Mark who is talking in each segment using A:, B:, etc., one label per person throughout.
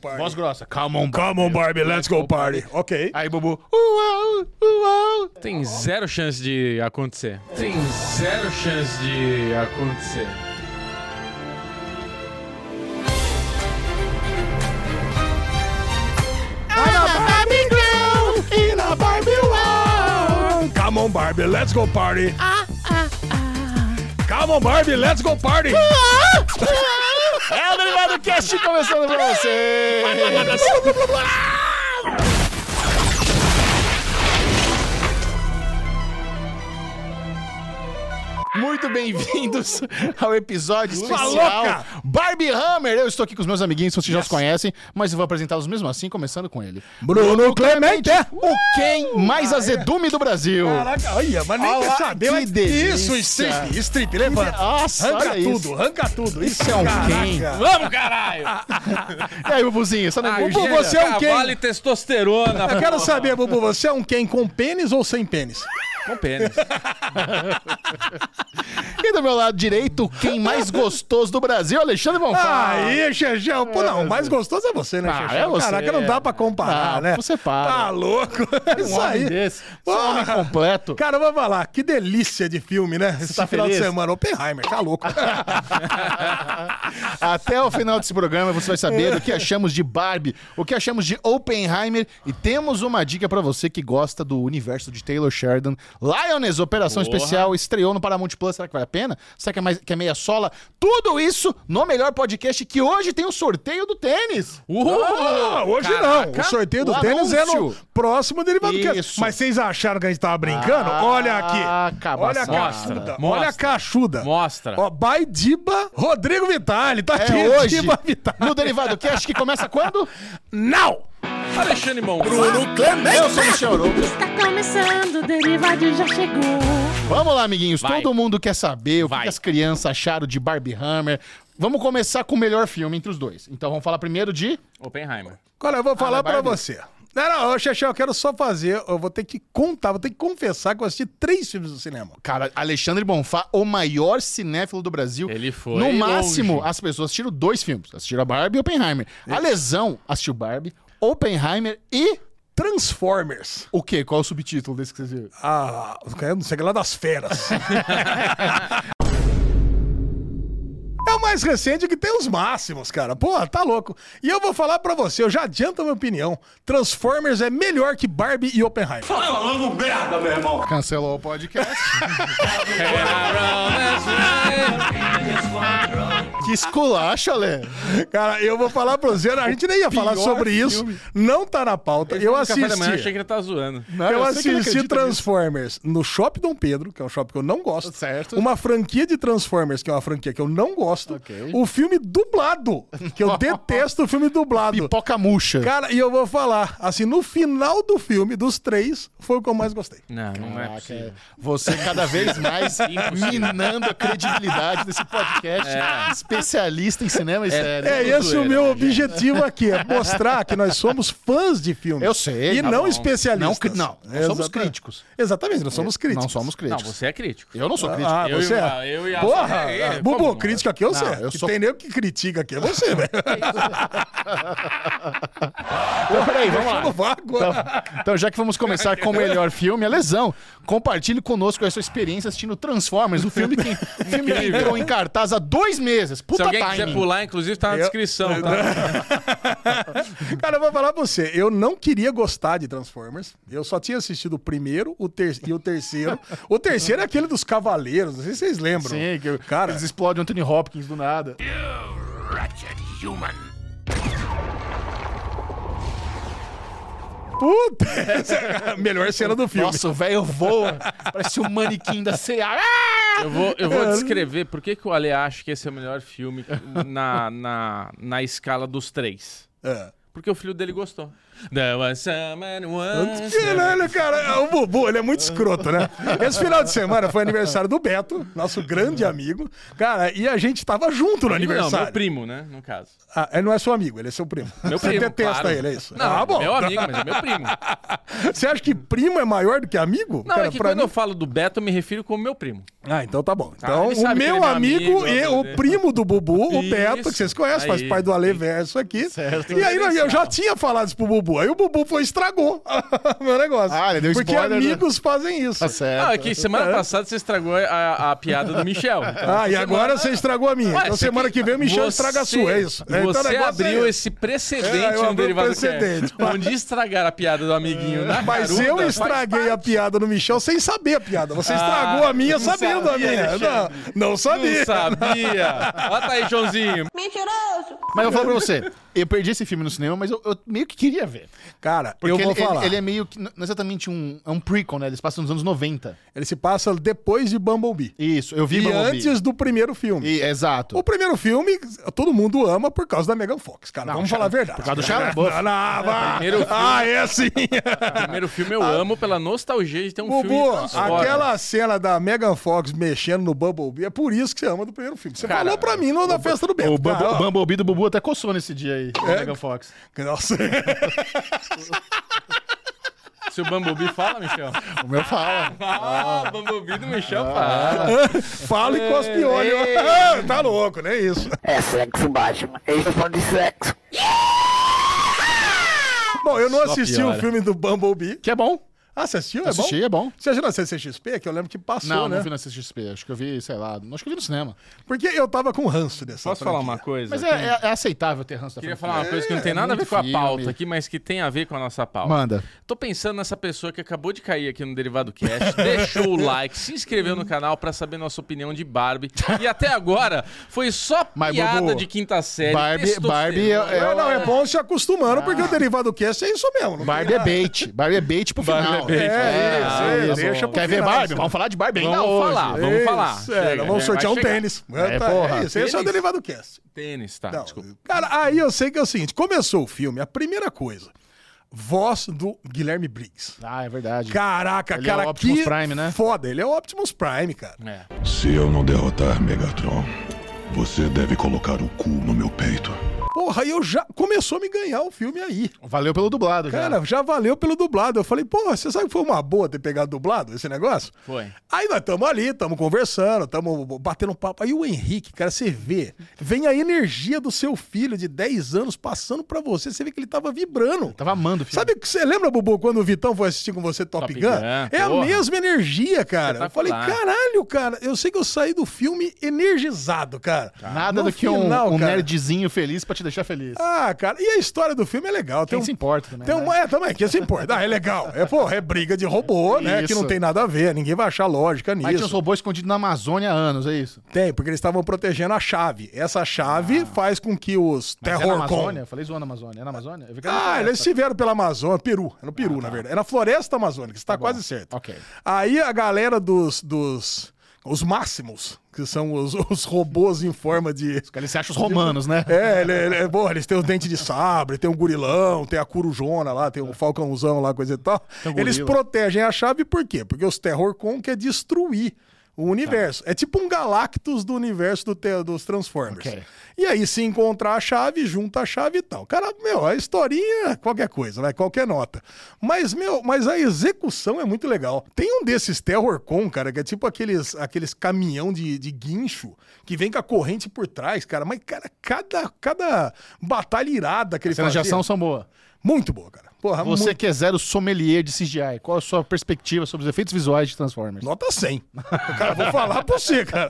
A: party.
B: Voz grossa. Calma, on,
A: Come on, Barbie, let's go party. Ok.
B: Aí, Bubu. Uau, uau.
C: Tem zero chance de acontecer. Tem zero chance de acontecer.
A: Come on, Barbie, let's go party. ah, Come on, Barbie, let's go party.
B: É o Derivado Cast começando pra vocês. Muito bem-vindos ao episódio especial
A: louca!
B: Barbie Hammer. Eu estou aqui com os meus amiguinhos, vocês já os conhecem, mas eu vou apresentá-los mesmo assim, começando com ele.
A: Bruno Clemente.
B: O quem mais azedume do Brasil.
A: Caraca, olha, mas nem
B: Olha
A: quer
B: lá,
A: saber.
B: que
A: mas-
B: delícia.
A: Isso, strip, strip, levanta.
B: Nossa,
A: arranca
B: olha
A: tudo,
B: isso.
A: arranca tudo. Isso,
B: é um quem.
A: caraca.
C: Vamos, caralho!
B: E aí, Bubuzinho? Só
C: Ah,
B: Bubu,
C: gente,
A: você é um quem?
C: cavalo e testosterona.
A: Eu quero saber, Bubu, você é um quem com pênis ou sem pênis?
C: Com pênis.
B: E do meu lado direito, quem mais gostoso do Brasil, Alexandre Bonfá.
A: Aí, Xexão. Pô, não, o mais gostoso é você, né,
B: Ah,
A: Xexão?
B: é você.
A: Caraca, não dá pra comparar,
B: Ah,
A: né?
B: você para. Um
A: Tá louco? É isso aí.
B: Só homem
A: Porra.
B: completo.
A: Cara, vamos falar. Que delícia de filme, né? Esse
B: tá
A: final de
B: feliz? Ah,
A: semana. Oppenheimer, tá louco.
B: Até o final desse programa você vai saber o que achamos de Barbie, o que achamos de Oppenheimer e temos uma dica pra você que gosta do universo de Taylor Sheridan. Lioness, Operação Especial, estreou no Paramount Plus. Será que vale a pena? Será que é, mais, que é meia sola? Tudo isso no melhor podcast que hoje tem o sorteio do tênis.
A: Ah, hoje não. O sorteio do
B: o
A: tênis é no
B: anúncio.
A: próximo derivado que
B: Isso. Ah,
A: Mas vocês acharam que a gente tava brincando? Olha aqui.
B: cabaçada.
A: Olha a
C: Mostra,
A: cachuda.
C: mostra.
A: Olha a cachuda.
C: Mostra.
A: Ó, Baidiba Rodrigo Vitale. Tá aqui,
B: É hoje
A: Diba Vitale.
B: no Derivado Cast que começa quando?
A: Não!
C: Alexandre Monfá.
B: Eu sou o Michel Arouca.
D: Está começando, o Derivado já chegou.
B: Vamos lá, amiguinhos.
C: Vai.
B: Todo mundo quer saber o que
C: Vai.
B: que as crianças acharam de Barbie Hammer. Vamos começar com o melhor filme entre os dois. Então vamos falar primeiro de.
C: Oppenheimer.
A: Olha, eu vou falar pra
B: Barbie?
A: você. Não, não, ô, Xexão, eu quero só fazer. Eu vou ter que contar, vou ter que confessar que eu assisti três filmes no cinema.
B: Cara, Alexandre Bonfá, o maior cinéfilo do Brasil.
C: Ele foi
B: No máximo,
C: longe.
B: as pessoas assistiram dois filmes: assistiram a Barbie e Oppenheimer. A lesão assistiu Barbie, Oppenheimer e.
A: Transformers.
B: O quê? Qual é o subtítulo desse que vocês viram?
A: Ah, eu não sei o que lá das feras. É o mais recente que tem os máximos, cara. Pô, tá louco. E eu vou falar pra você, eu já adianto a minha opinião. Transformers é melhor que Barbie e Oppenheimer.
B: Cancelou o podcast. que esculacha, Lê.
A: Cara, eu vou falar pra você, a gente nem ia falar
B: pior
A: sobre isso.
B: filme.
A: Não tá na pauta. Eu
C: No café da manhã, achei
A: assisti.
C: que ele tá zoando.
A: Eu
B: Ah, eu sei que ele acredita nisso.
A: assisti Então, assim, Transformers no Shopping Dom Pedro, que é um shopping que eu não gosto.
B: Certo.
A: Uma franquia de Transformers, que é uma franquia que eu não gosto.
B: Ok.
A: O filme dublado, que eu detesto o filme dublado.
B: Pipoca murcha.
A: Cara, e eu vou falar, assim, no final do filme, dos três, foi o que eu mais gostei.
C: Não, não é
B: Caraca,
C: possível.
B: Você cada vez mais minando a credibilidade desse podcast.
C: É.
B: Especialista em cinema e série.
A: É esse o
B: né,
A: meu objetivo aqui, é mostrar que nós somos fãs de filmes.
B: Eu sei,
A: E
B: tá
A: não
B: bom.
A: especialistas.
B: Não cri- não, nós somos
A: Exatamente.
B: críticos.
A: Exatamente, nós somos críticos.
B: Não somos
C: Não,
B: críticos.
C: você é crítico.
B: Eu não sou crítico.
A: Ah,
C: Eu e
A: você
C: o-
A: é.
C: eu e a-
A: Porra,
C: é, é,
A: Bubu,
C: como não?
A: crítico aqui é você.
B: né? Não, eu
A: Que
B: sou-
A: Tem nem o que critica aqui, é você, velho.
B: Então, peraí, vamos
A: Deixa
B: lá.
A: eu no vácuo.
B: Então, já que vamos começar com o melhor filme, a lesão, compartilhe conosco a sua experiência assistindo Transformers, o filme que, o filme que entrou em cartaz há dois meses.
C: Se
B: Puta
C: alguém
B: timing.
C: quiser pular, inclusive, tá na
A: Eu-
C: descrição, tá?
A: Cara, eu Então, vou falar pra você. Eu não queria gostar de Transformers. Eu só tinha assistido o primeiro o ter... e o terceiro. O terceiro é aquele dos Cavaleiros. Não sei se vocês lembram.
B: Sim, que
A: Cara,
B: eles explodem o Anthony Hopkins do nada.
A: puta! Essa é a melhor cena do filme.
B: Nossa, o velho voa. Parece um manequim da Ceará.
C: Eu vou, eu
A: É.
C: vou descrever por que, que o Ale acha que esse é o melhor filme na, na, na escala dos três.
A: É.
C: Porque o filho dele gostou. There was someone once-
A: Caralho, cara, o Bubu, ele é muito escroto, né? Esse final de semana foi aniversário do Beto, nosso grande amigo. Cara, e a gente tava junto no
C: Não,
A: aniversário.
C: meu primo, né? No caso.
A: Ah, ele não é seu amigo, ele é seu primo.
C: Meu
A: Você
C: primo.
A: detesta
C: claro.
A: ele, é isso?
C: Não,
A: ah, bom.
C: meu amigo, mas é meu primo. Não,
A: Você acha que primo é maior do que amigo?
C: é que quando eu falo do Beto, eu me refiro como meu primo.
A: Ah, então tá bom.
C: Tá,
A: Então,
C: ele
A: o
C: sabe que
A: meu
C: ele é meu
A: amigo,
C: amigo,
A: e o
C: né?
A: primo do Bubu, o
C: Isso,
A: Beto, que vocês conhecem, faz
C: aí.
A: parte do Ale Verso aqui.
B: Certo.
A: E aí nós- eu já tinha falado isso pro Bubu. Aí o Bubu foi e estragou meu negócio.
B: Ah, ele deu
A: Porque
B: spoiler, né?
A: amigos fazem isso.
B: Tá certo.
C: Ah, é que semana passada você estragou a, a piada do Michel. Então,
A: Ah, e
C: essa
A: agora
C: semana-
A: você estragou a minha.
C: Ué,
A: então
C: você
A: semana que vem o Michel estraga a sua, é isso. É, então, o
C: você
A: negócio é
C: abriu
A: esse.
C: esse
A: É, eu
C: precedente
A: abri
C: no
A: o
C: derivado
A: precedente.
C: precedente. onde estragar a piada do amiguinho na
A: Mas
C: Garuda
A: eu
C: faz
A: estraguei a
C: parte. Ah,
A: piada no Michel sem saber a piada. Você estragou a minha
C: não
A: sabendo a
C: sabia,
A: minha. Não,
C: Alexandre.
A: não
C: Não
A: sabia.
C: sabia. Olha aí, Joãozinho.
D: Mentiroso!
B: Mas eu falo pra você, eu perdi esse filme no cinema, mas eu, eu meio que queria ver.
A: Cara,
B: Porque
A: eu vou
B: ele, ele-
A: falar.
B: Ele,
A: Ele,
B: é meio que. Não é exatamente um. É um prequel, né? Eles passam nos anos 90.
A: se passa depois de Bumblebee.
B: Isso, eu vi
A: E
B: Bumblebee.
A: antes do primeiro filme.
B: E- exato.
A: O primeiro filme, todo mundo ama por causa da Megan Fox, cara.
B: Não,
A: Vamos
B: Shia-
A: falar a verdade.
B: por causa do Shia
A: Cara,
B: LaBeouf.
A: não, não, vá.
C: Primeiro filme-
A: Ah, é sim.
C: Primeiro filme eu amo pela nostalgia de ter um filme.
A: Bubu,
B: tá
C: de Transformers.
A: aquela cena da Megan Fox mexendo no Bumblebee, é por isso que você ama do primeiro filme. Você
C: Cara,
A: falou pra mim no- na festa do Beto.
B: O Bumble-
A: Tá, ó.
B: Bumblebee do Bubu até coçou nesse dia aí. O Megan Fox.
A: Nossa.
C: Se o Bambubi fala, Michel.
B: O meu fala.
C: Ah, Bambubi do Michel fala.
A: Fala e cospe óleo.
C: Ei.
A: Ah, tá louco, né? Isso.
E: É sexo, Batman. Eles estão falando de sexo.
A: Bom, eu não
B: Só
A: assisti o
B: piora.
A: filme do Bumblebee.
B: Que é bom.
A: Ah, você assistiu? É
B: Assisti,
A: bom?
B: é bom.
A: Você assistiu na CCXP? Que eu lembro que passou,
B: Não,
A: né?
B: não vi na CXP. Acho que eu vi, sei lá. Acho que eu vi no cinema.
A: Porque eu tava com ranço dessa
C: Posso falar uma
A: franquia.
C: coisa? É,
B: Mas é, é- é aceitável ter ranço da
C: Eu Queria
B: franquia.
C: falar uma coisa que não tem nada a ver
B: muito
C: com a
B: filme.
C: pauta aqui, mas que tem a ver com a nossa pauta.
B: Manda.
C: Tô pensando nessa pessoa que acabou de cair aqui no Derivado Cast, deixou o like, se inscreveu no canal pra saber nossa opinião de Barbie. E até agora foi só
B: Mas,
C: piada
B: Bubu,
C: de quinta série.
B: Barbie,
C: testosterona.
B: Barbie é, é,
A: É, não, é bom se acostumando, porque o derivado cast é isso mesmo. não
B: Barbie é bait. Barbie é bait pro
C: Barbie
B: final.
C: é bait.
A: É,
C: Ah,
A: isso, é,
B: isso.
A: deixa pro
B: Quer ver
A: final,
B: Barbie?
A: isso.
B: Vamos falar de Barbie ainda
C: Vamos
B: hoje.
C: falar, vamos
A: Isso,
C: falar.
A: é,
C: Chega,
A: vamos
C: né?
A: sortear
C: Vai
A: um
C: chegar.
A: tênis.
B: É,
A: Tá,
B: porra,
A: isso, esse é o
C: tênis.
A: derivado cast.
C: Tênis, tá,
A: Não,
C: desculpa.
A: cara, aí eu sei que é o seguinte: começou o filme, a primeira coisa, voz do Guilherme Briggs.
B: Ah, é verdade.
A: Caraca,
B: Ele é
A: cara,
B: o Optimus
A: que
B: Prime, né?
A: foda. Ele é o Optimus Prime, cara.
C: É.
F: Se eu não derrotar Megatron, você deve colocar o cu no meu peito.
A: Porra, aí eu já começou a me ganhar o filme aí.
B: Valeu pelo dublado,
A: Cara, já valeu pelo dublado. Eu falei, porra, você sabe que foi uma boa ter pegado dublado esse negócio?
C: Foi.
A: Aí nós estamos ali, estamos conversando, estamos batendo papo. Aí o Henrique, cara, você vê, vem a energia do seu filho de 10 anos passando pra você, você vê que ele tava vibrando.
B: Tava amando o filme.
A: Sabe, você lembra, Bubu, quando o Vitão foi assistir com você Top,
C: Top
A: Gun?
C: Gun,
A: É a
C: porra.
A: mesma energia, cara. Eu falei,
C: Espetacular.
A: caralho, cara, eu sei que eu saí do filme energizado, cara.
B: Nada
A: No
B: do que um,
A: final,
B: um
A: cara.
B: nerdzinho feliz pra te deixar feliz.
A: Ah, cara, e a história do filme é legal.
B: Quem
A: tem um,
B: se importa também,
A: Tem
B: né?
A: uma, é, também, quem se importa. Ah, é legal. É, porra, é briga de robô, né? Que
B: Isso.
A: não tem nada a ver, ninguém vai achar lógica
B: Mas tinha uns
A: nisso.
B: robôs escondidos na Amazônia há anos, é isso?
A: Tem, porque eles estavam protegendo a chave. Essa chave faz com que os
B: Ah. Mas é na
A: terrorcon...
B: Amazônia? Eu falei zoando a Amazônia. É na Amazônia? Eu vi que era na
A: Ah,
B: floresta.
A: eles estiveram pela Amazônia, Peru, é no
B: Ah,
A: Peru, na verdade. É na floresta amazônica, está quase certo.
B: tá. ok.
A: Aí a galera dos, dos os máximos, que são os, os robôs em forma de
B: Eles se acham os romanos, né?
A: É, ele, ele, é, porra, eles têm os dentes de sabre, tem o gurilão, tem a corujona lá, tem o falcãozão lá, coisa e tal.
B: o
A: Eles
B: É. um gorila.
A: protegem a chave por quê? Porque os Terrorcon quer destruir o universo.
B: Tá.
A: É tipo um Galactus do universo do te- dos Transformers.
B: Ok.
A: E aí, se encontrar a chave, junta a chave e tal. Cara, meu, a historinha, é qualquer coisa, vai, qualquer nota. Mas, meu, mas a execução é muito legal. Tem um desses Terrorcon, cara, que é tipo aqueles, aqueles caminhão de, de guincho que vem com a corrente por trás, cara. Mas, cara, cada, cada batalha irada que ele
B: As cenas de
A: fazia...
B: ação são boas.
A: Muito boa, cara. Porra,
B: Você
A: muito...
B: que é zero sommelier de CGI, qual a sua perspectiva sobre os efeitos visuais de Transformers?
A: Nota 100. Cara, vou falar pra você, cara.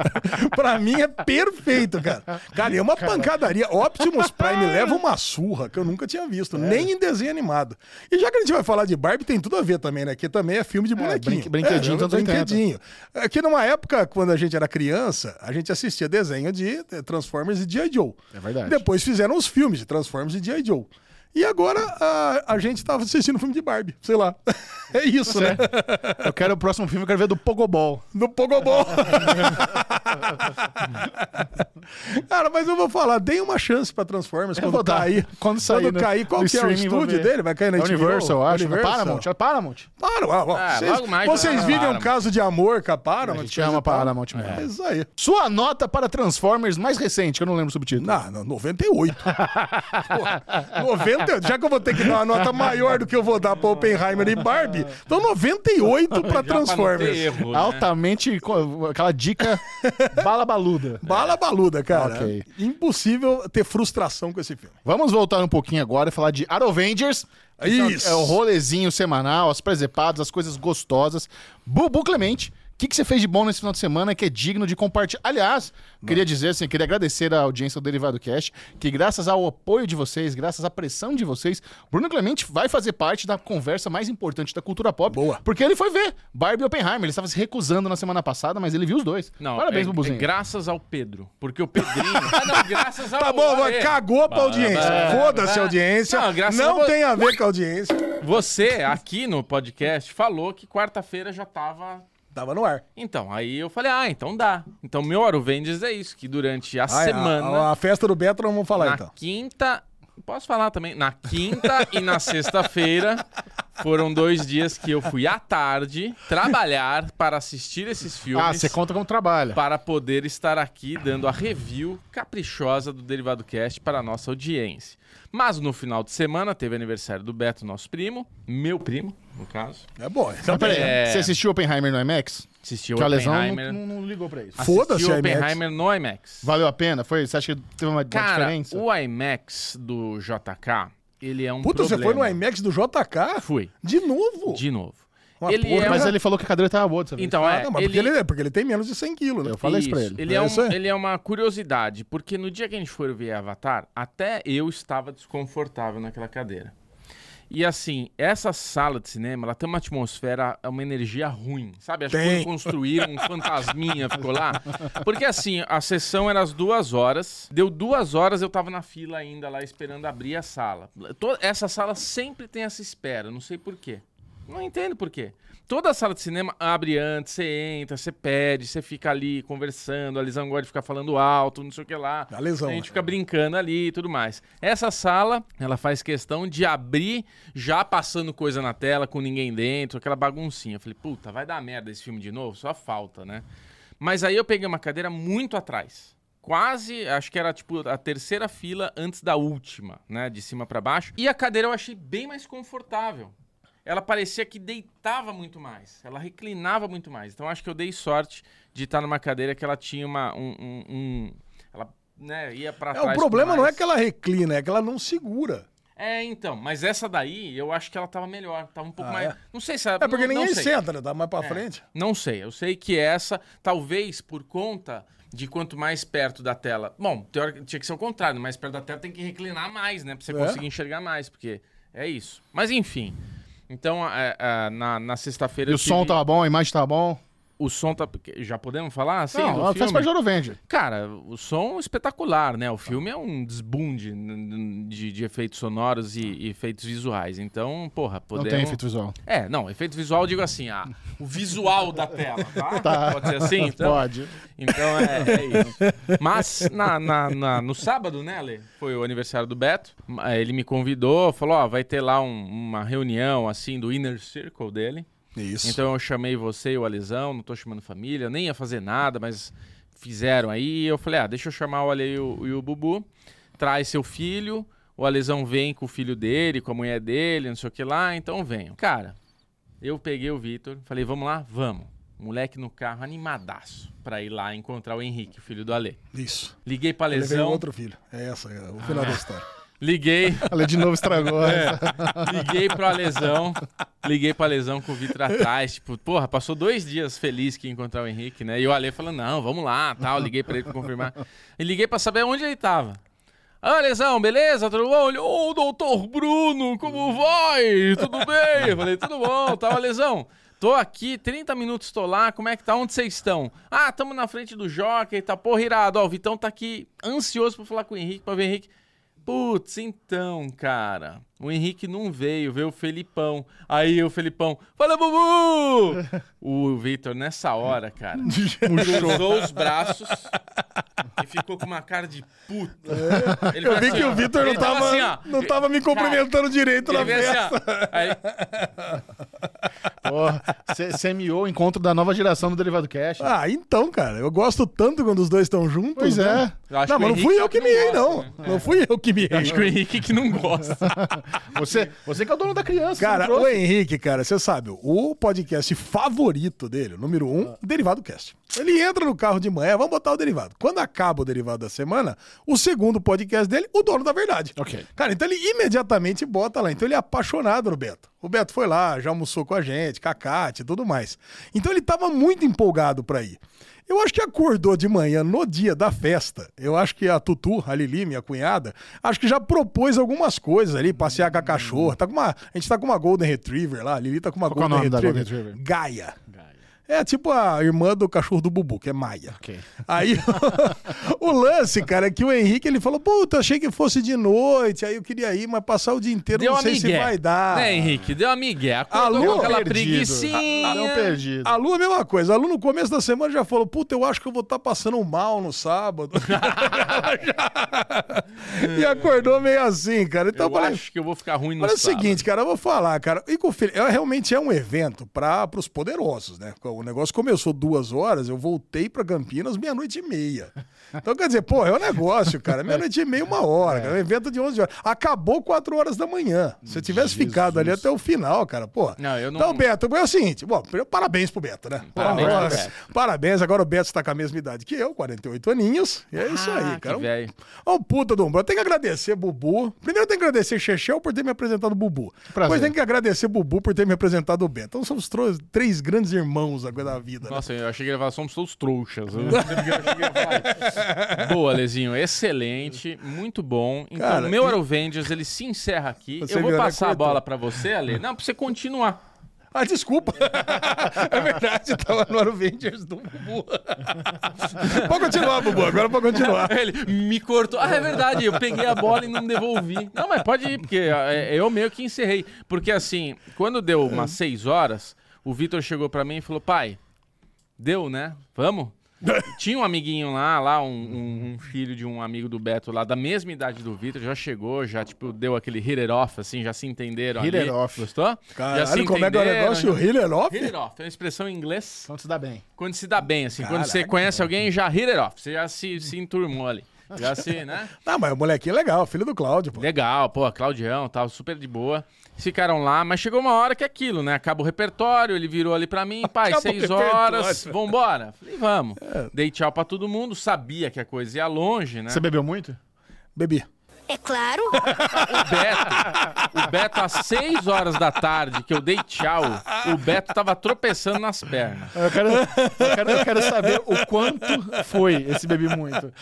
A: Pra mim é perfeito, cara. Cara, e é uma pancadaria. Optimus Prime leva uma surra que eu nunca tinha visto, nem em desenho animado. E já que a gente vai falar de Barbie, tem tudo a ver também, né? Que também é filme de bonequinho.
B: brinque- brinquedinho
A: é,
B: dos anos 80.
A: brinquedinho. É que numa época, quando a gente era criança, a gente assistia desenho de eh, Transformers e G.I. Joe.
B: É verdade.
A: Depois fizeram os filmes de Transformers e G.I. Joe. E agora a, a gente tava assistindo filme de Barbie, sei lá. É isso, né?
B: Eu quero o próximo filme, eu quero ver do Pogobol.
A: No Pogobol. Cara, mas eu vou falar, dei uma chance pra Transformers
B: Eu
A: quando
B: vou dar.
A: cair.
B: Quando sair
A: Quando
B: no-
A: cair, qual
B: no
A: que é o
B: streaming, vou
A: estúdio
B: ver.
A: dele? Vai cair na
B: É
A: HBO?
B: Universal, eu acho.
A: Universal.
B: Paramount. É Paramount.
A: Para, ó, ó,
C: Ah,
A: vocês,
C: logo mais,
A: vocês
C: né?
A: viram
C: Paramount.
A: um caso de amor com a
B: A
A: Paramount?
B: gente ama
A: coisa e tal?
B: Paramount mesmo.
A: É isso aí.
B: Sua nota para Transformers mais recente, que eu não lembro o subtítulo.
A: Não, não, 98. Pô, 90, já que eu vou ter que dar uma nota maior do que eu vou dar pra Oppenheimer e Barbie, então 98 pra
C: tá
A: Transformers.
C: Alta.
B: Altamente co- aquela dica bala baluda.
A: Bala baluda, cara.
B: Ok.
A: Impossível ter frustração com esse filme.
B: Vamos voltar um pouquinho agora e falar de Arovengers.
A: Isso.
B: É o rolezinho semanal, as presepadas, as coisas gostosas. Bubu Clemente, o que, que você fez de bom nesse final de semana que é digno de compartilhar? Aliás, queria dizer assim, queria agradecer à audiência do Derivado Cast, que graças ao apoio de vocês, graças à pressão de vocês, Bruno Clemente vai fazer parte da conversa mais importante da cultura pop.
A: Boa.
B: Porque ele foi ver Barbie e Oppenheimer. Ele estava se recusando na semana passada, mas ele viu os dois.
C: Não,
B: Parabéns,
C: é,
B: Bubuzinho.
C: é graças ao Pedro. Porque o Pedrinho. ah, não, graças ao
A: Tá bom, vai,
C: Aê.
A: cagou pra audiência. Foda-se a audiência.
C: Não, graças a
A: Não,
C: Deus.
A: tem a ver com a audiência.
C: Você, aqui no podcast, falou que quarta-feira já tava.
A: Tava no ar.
C: Então, aí eu falei, ah, então dá. Então, meu Aruvendes é isso, que durante a
A: Ah, é,
C: semana. Ah.
A: A, a festa do Beto, nós vamos falar
C: na
A: então.
C: quinta. Posso falar também? Na quinta e na sexta-feira foram dois dias que eu fui à tarde trabalhar para assistir esses filmes.
B: Ah, você conta como trabalha.
C: Para poder estar aqui dando a review caprichosa do Derivado Cast para a nossa audiência. Mas no final de semana teve aniversário do Beto, nosso primo, meu primo, no caso.
A: É bom.
B: Mas Ah, peraí,
C: É.
B: você assistiu Oppenheimer no IMAX?
C: Assistiu
B: Que a lesão
C: Oppenheimer. Ah.
B: não, não- não ligou pra isso.
C: assistiu
A: Foda-se, IMAX.
C: Oppenheimer no IMAX.
B: Valeu a pena? Foi? Você acha que teve uma, uma
C: Cara,
B: diferença?
C: o IMAX do JK, ele é um
A: Puta, você
C: problema.
A: foi no IMAX do JK?
C: Fui.
A: De novo?
C: De novo.
A: Uma
C: ele
A: porra,
C: é
B: Mas
C: um-
B: ele falou que a cadeira tava boa dessa vez.
C: Então,
A: Ah,
C: é,
A: não, mas
C: ele...
A: porque, ele... é- porque ele tem menos de 100 quilos, né?
B: Eu falei isso pra ele.
C: é,
A: É
C: um-
A: isso aí.
C: ele é uma curiosidade, porque no dia que a gente for ver Avatar, até eu estava desconfortável naquela cadeira. E assim, essa sala de cinema, ela tem uma atmosfera, é uma energia ruim, sabe? Acho que
A: Tem.
C: quando construíram um fantasminha, ficou lá. Porque assim, a sessão era às duas horas, deu duas horas, eu tava na fila ainda lá esperando abrir a sala. To- Essa sala sempre tem essa espera, não sei porquê. Não entendo por quê. Toda a sala de cinema abre antes, você entra, você pede, você fica ali conversando, a Lisão gosta de ficar falando alto, não sei o que lá.
A: A Lisão,
C: gente
A: né?
C: fica brincando ali e tudo mais. Essa sala, ela faz questão de abrir já passando coisa na tela, com ninguém dentro, aquela baguncinha. Eu falei, puta, vai dar merda esse filme de novo? Só falta, né? Mas aí eu peguei uma cadeira muito atrás. Quase, acho que era tipo a terceira fila antes da última, né? De cima pra baixo. E a cadeira eu achei bem mais confortável ela parecia que deitava muito mais, ela reclinava muito mais. Então acho que eu dei sorte de estar numa cadeira que ela tinha uma um, um- um- ela né, ia para
A: É,
C: trás.
A: o problema
C: com
A: não é
C: mais.
A: que ela reclina, é que ela não segura.
C: É, então, mas essa daí eu acho que ela tava melhor, tava um pouco
A: Ah,
C: mais.
A: é?
C: Não sei se ela,
A: É porque
C: não,
A: ninguém
C: não sei. É.
A: senta, né? Dá mais pra frente.
C: Não sei, eu sei que essa, talvez por conta de quanto mais perto da tela. Bom, teori- tinha que ser o contrário, né, mais perto da tela tem que reclinar mais, né? Pra você
A: É.
C: conseguir enxergar mais, porque é isso. Mas enfim. Então, a- a- na, na sexta-feira.
B: E
C: eu
B: o som
C: tive-
A: tá-
B: tava bom, a imagem tava bom.
C: O som tá. porque- Já podemos falar? Assim,
B: não,
C: do
B: ela fez
C: filme?
B: pra Jorovende.
C: Cara, o som espetacular, né? O filme é um desbunde n- n- de, de efeitos sonoros e, e efeitos visuais. Então, porra,
B: Não
C: podemos.
B: tem efeito visual.
C: É, não, efeito visual eu digo assim, ah, o visual da tela, tá? Pode ser assim? Então,
B: Pode.
C: Então é, é isso. Mas na, na- na- no sábado, né, Ale? Foi o aniversário do Beto. Ah, Ele me convidou, falou: ó, vai ter lá um- uma reunião assim do Inner Circle dele.
A: Isso.
C: Então eu chamei você e o Alisão, não tô chamando família, nem ia fazer nada, mas fizeram aí. Eu falei, ah, deixa eu chamar o Ale e o, e o Bubu, traz seu filho, o Alisão vem com o filho dele, com a mulher dele, não sei o que lá, então venham. Cara, eu peguei o Vitor, falei, vamos lá? Vamos. Moleque no carro, animadaço, pra ir lá encontrar o Henrique, o filho do Ale.
A: Isso.
C: Liguei pra
A: Ele veio
C: Lesão,
A: outro filho. É essa, é o final da história.
C: liguei,
B: Ela de novo estragou.
C: É. Liguei pra lesão. Liguei pra lesão com o Vitor atrás. Tipo, porra, passou dois dias feliz que ia encontrar o Henrique, né? E o Ale falando, não, vamos lá, tal. Liguei pra ele pra confirmar. E liguei pra saber onde ele tava. Ah, lesão, beleza? Tudo bom? Ele, ô, doutor Bruno, como vai? Tudo bem? Eu falei, tudo bom, tal, lesão. Tô aqui, 30 minutos tô lá, como é que tá? Onde vocês estão? Ah, tamo na frente do Jockey, tá porra irado. Ó, o Vitão tá aqui ansioso pra falar com o Henrique, pra ver o Henrique. Putz, então, cara, o Henrique não veio, veio o Felipão. Aí o Felipão, fala, Bubu! o Vitor, nessa hora, cara, cruzou os braços, e ficou com uma cara de puta. Ele
A: É. Eu vi
C: fez assim,
A: que
C: ó.
A: o Vitor não
C: Ele
A: tava,
C: assim, ó.
A: não tava me cumprimentando direito na
C: Ele fez
A: festa.
C: assim, ó. Aí,
B: Porra, semeou o encontro da nova geração do Derivado Cash.
A: Ah, então, cara, eu gosto tanto quando os dois estão juntos.
B: pois
A: né?
B: é.
C: eu acho
A: não,
C: que
A: mas não
C: o Henrique
A: fui eu
C: sabe
A: que miei,
C: gosta,
A: não.
C: né?
A: Não fui eu que
C: Eu Acho que o
A: miei.
C: Henrique que não gosta.
B: Você, você que é o dono da criança.
A: Cara,
B: você não
A: o
B: trouxe.
A: Henrique, cara, você sabe, o podcast favorito dele, o número um,
B: Ah.
A: Derivado Cast. Ele entra no carro de manhã, vamos botar o derivado. Quando acaba o derivado da semana, o segundo podcast dele, o dono da verdade.
B: Ok.
A: Cara, então ele imediatamente bota lá. Então ele é apaixonado no Beto. O Beto foi lá, já almoçou com a gente, cacate e tudo mais. Então ele tava muito empolgado pra ir. Eu acho que acordou de manhã no dia da festa. Eu acho que a Tutu, a Lili, minha cunhada, acho que já propôs algumas coisas ali, passear com a cachorra. Tá com uma, a gente tá com uma Golden Retriever lá, a Lili tá com uma
B: Qual que é o nome
A: Golden,
B: da
A: Retriever.
B: Golden Retriever?
A: Gaia. É tipo a irmã do cachorro do Bubu, que é Maia.
B: Ok.
A: Aí o lance, cara, é que o Henrique ele falou: Puta, achei que fosse de noite, aí eu queria ir, mas passar o dia inteiro
C: Deu
A: não
C: a
A: sei se
C: migué.
A: vai dar.
C: Né, Henrique? Deu a migué. Acordou
A: Alô,
C: com aquela
B: Perdido.
C: preguicinha.
B: Ah, Não perdido.
A: A Lu é a mesma coisa. A Lu no começo da semana já falou: Puta, eu acho que eu vou estar passando mal no sábado. Ela já- e acordou meio assim, cara. Então
C: eu
A: eu falei,
C: acho que eu vou ficar ruim no
A: Olha é o
C: sábado.
A: seguinte, cara, eu vou falar, cara. E com o filho, é, realmente é um evento para os poderosos, né? O negócio começou duas horas, eu voltei para Campinas meia-noite e meia. Então, quer dizer, pô, é um negócio, cara. Meia-noite e meia, uma hora, cara. É um evento de 11 horas. Acabou quatro horas da manhã. Se eu tivesse ficado ali até o final, cara, pô.
C: Não, eu não-
A: Então, Beto, é o seguinte, bom, primeiro, parabéns pro Beto, né?
C: Parabéns pro
A: Nossa,
C: Beto.
A: parabéns. Agora o Beto está com a mesma idade que eu, 48 aninhos. E é isso
C: Ah,
A: aí, cara. Um
C: que velho.
A: Ô, puta do Umbro, eu tenho que agradecer Bubu. Primeiro eu tenho que agradecer Chechel por ter me apresentado Bubu.
B: Prazer.
A: Depois tenho que agradecer Bubu por ter me apresentado o Beto. Então somos tro- três grandes irmãos agora da vida. Né?
C: Nossa, eu achei que ele ia falar, somos todos trouxas. Eu não sei porque eu achei que ele ia falar. Boa, Lezinho, excelente, muito bom. Então,
A: Cara,
C: meu
A: e-
C: Aerovengers, ele se encerra aqui.
A: Você
C: eu vou
A: viu, né?
C: passar a
A: Cortou.
C: bola pra você, Ale. Não, pra você continuar.
A: Ah, desculpa. é verdade, eu tava no Avengers do Bubu. pode continuar, Bubu, agora pode continuar.
C: Ele me cortou. Ah, é verdade, eu peguei a bola e não devolvi. Não, mas pode ir, porque é, eu meio que encerrei. Porque assim, quando deu umas
A: É.
C: seis horas, o Vitor chegou pra mim e falou, pai, deu, né? Vamos? Tinha um amiguinho lá, lá um, um- um filho de um amigo do Beto lá, da mesma idade do Vitor, já chegou, já, tipo, deu aquele hit it off, assim, já se entenderam
B: Hit
C: ali.
B: it off.
C: Gostou? já se
A: Caralho, como é que é o
C: entenderam,
A: negócio? O
C: já-
A: Hiller Off?
C: Hit it off, é uma expressão em inglês.
B: Então se dá bem.
C: Quando se dá bem, assim, quando você conhece alguém, já hit it off, você já se, se enturmou ali. Já se, né?
A: Ah, mas o molequinho é legal, filho do Cláudio, pô.
C: Legal, pô, Claudião, tal, super de boa. Ficaram lá, mas chegou uma hora que é aquilo, né? Acaba o repertório, ele virou ali pra mim, pai,
A: Acaba o
C: seis
A: repertório. É.
C: horas, vambora. Falei, vamos. Dei tchau pra todo mundo, sabia que a coisa ia longe, né?
B: Você bebeu muito?
A: Bebi.
D: É claro.
C: O Beto, o Beto, às seis horas da tarde que eu dei tchau, o Beto tava tropeçando nas pernas.
B: Eu quero, eu quero, eu quero saber o quanto foi esse bebi muito.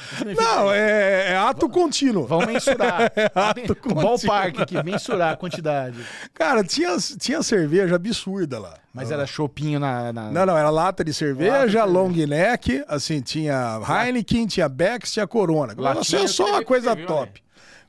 A: Não, é, é ato contínuo.
B: Vamos mensurar.
A: Ato contínuo.
B: Ballpark aqui, mensurar a quantidade.
A: Cara, tinha, tinha cerveja absurda lá.
B: Mas era chopinho na. na-
A: Não, não, era lata de cerveja, long neck, assim, tinha Heineken, tinha Becks, tinha Corona. Nossa,
C: Latinha
A: é só
C: eu
A: uma
C: queria
A: coisa
C: que você viu,
A: top.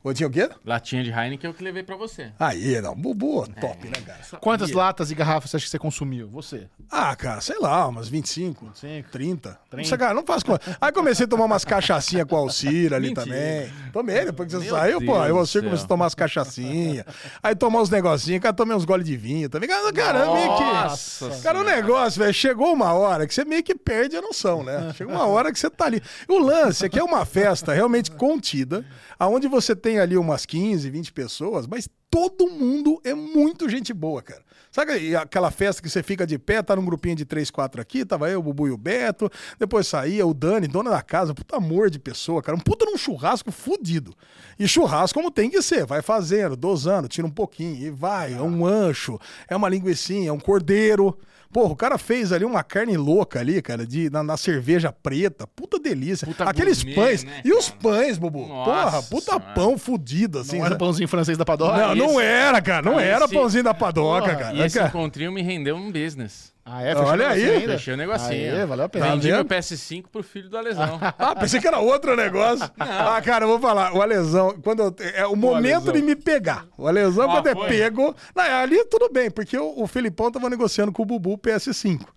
A: Ô, Tinha o quê?
C: Latinha de Heineken eu que levei pra você.
A: Aí, não, bubu,
C: É.
A: top, né, cara?
B: Quantas latas e garrafas você acha que você consumiu? Você.
A: Ah, cara, sei lá, umas 25,
B: 25,
A: 30. Não sei, cara, não faço conta. Aí comecei a tomar umas cachaçinhas com a Alcira ali
C: Mentira.
A: também. Tomei, depois que você
C: Meu
A: saiu, pô,
C: Deus
A: aí o
C: do
A: Alcir
C: céu.
A: começou a tomar umas cachaçinhas. Aí tomar uns negocinhos, cara, tomei uns goles de vinho também. Cara, Caramba, meio que...
C: Nossa
A: Cara, o negócio, velho, chegou uma hora que você meio que perde a noção, né? Chega uma hora que você tá ali. O lance é que é uma festa realmente contida, aonde você tem ali umas 15, 20 pessoas, mas todo mundo é muito gente boa, cara. Sabe e aquela festa que você fica de pé, tá num grupinho de 3, 4 aqui, tava eu, o Bubu e o Beto, É, depois saía o Dani, dona da casa, puta amor de pessoa, cara, um puta num churrasco fudido. E churrasco como tem que ser, vai fazendo, dosando, tira um pouquinho e vai, é um ancho, é uma linguiçinha, é um cordeiro. Porra, o cara fez ali uma carne louca ali, cara, de, na, na cerveja preta. Puta delícia.
C: Puta
A: Aqueles
C: gourmet,
A: pães.
C: né,
A: e os
C: cara?
A: pães, Bubu.
C: Nossa
A: Porra, puta
C: senhora.
A: pão fudido, assim.
B: Não era
A: sabe?
B: pãozinho francês da Padora?
A: Não, não
C: esse-
A: era, cara. Não
C: Ah,
A: era
C: esse-
A: pãozinho da padoca, cara.
C: E esse
A: Cara,
C: encontrinho me rendeu um business.
B: Ah, é?
A: Olha
B: o negocinho
A: aí.
B: ainda?
C: Fechei o negocinho.
B: Aê, valeu a pena.
C: Vendi
A: Tá
C: meu
A: vendo?
C: PS5 pro filho do Alesão.
A: Ah, pensei que era outro negócio. Ah, cara, eu vou falar. O Alesão, quando eu- é o momento
C: Alesão.
A: de me pegar. O Alesão, quando é
C: foi?
A: pego. Não, é, ali tudo bem, porque o, o Felipão tava negociando com o Bubu o PS5. Eu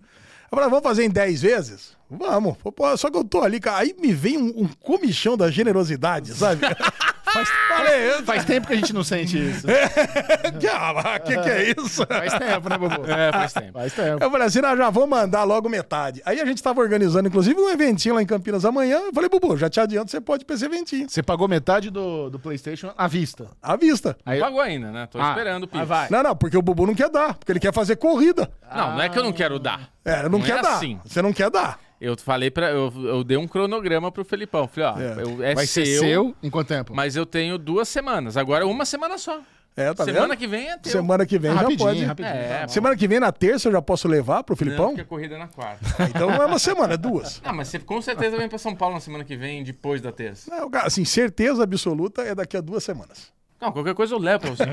A: falei, vamos fazer "Ah, em 10 vezes? Vamos. Pô, pô, Só que eu tô ali, cara. Aí me vem um, um comichão da generosidade, sabe? Faz, falei, eu-
B: Faz tempo que a gente não sente isso.
A: É. Ah, mas que, que é isso?
B: Faz tempo, né, Bobo?
C: É, faz tempo.
B: Faz tempo.
A: Eu falei assim, ah, já vou mandar logo metade. Aí a gente tava organizando, inclusive, um eventinho lá em Campinas amanhã. Eu falei, Bubu, já te adianto, você pode ir pra esse eventinho.
B: Você pagou metade do, do PlayStation à vista.
A: À vista.
B: Aí,
C: Pagou ainda, né? Tô
B: Ah,
C: esperando o
B: mas
C: Pix.
B: vai.
A: Não, não, porque o Bubu não quer dar, porque ele quer fazer corrida.
C: Não, não é que eu não quero dar.
A: É, não, não quer
C: é
A: dar.
C: assim.
A: Você não quer dar.
C: Eu falei pra. Eu, eu dei um cronograma pro Felipão. Falei, ó,
A: É.
C: eu- é,
B: vai
C: seu,
B: ser seu em quanto tempo?
C: mas eu tenho duas semanas. Agora uma semana só.
A: É, tá
C: semana
A: vendo?
C: que vem é teu.
A: Semana que vem já pode.
C: É, pô,
A: Semana que vem, na terça, eu já posso levar pro
C: não,
A: Filipão?
C: porque a corrida é na quarta.
A: Então não é uma semana, é duas.
C: Ah, mas você com certeza vem pra São Paulo na semana que vem, depois da terça.
A: Não, cara, Assim, certeza absoluta é daqui a duas semanas.
C: Não, qualquer coisa eu levo pra você.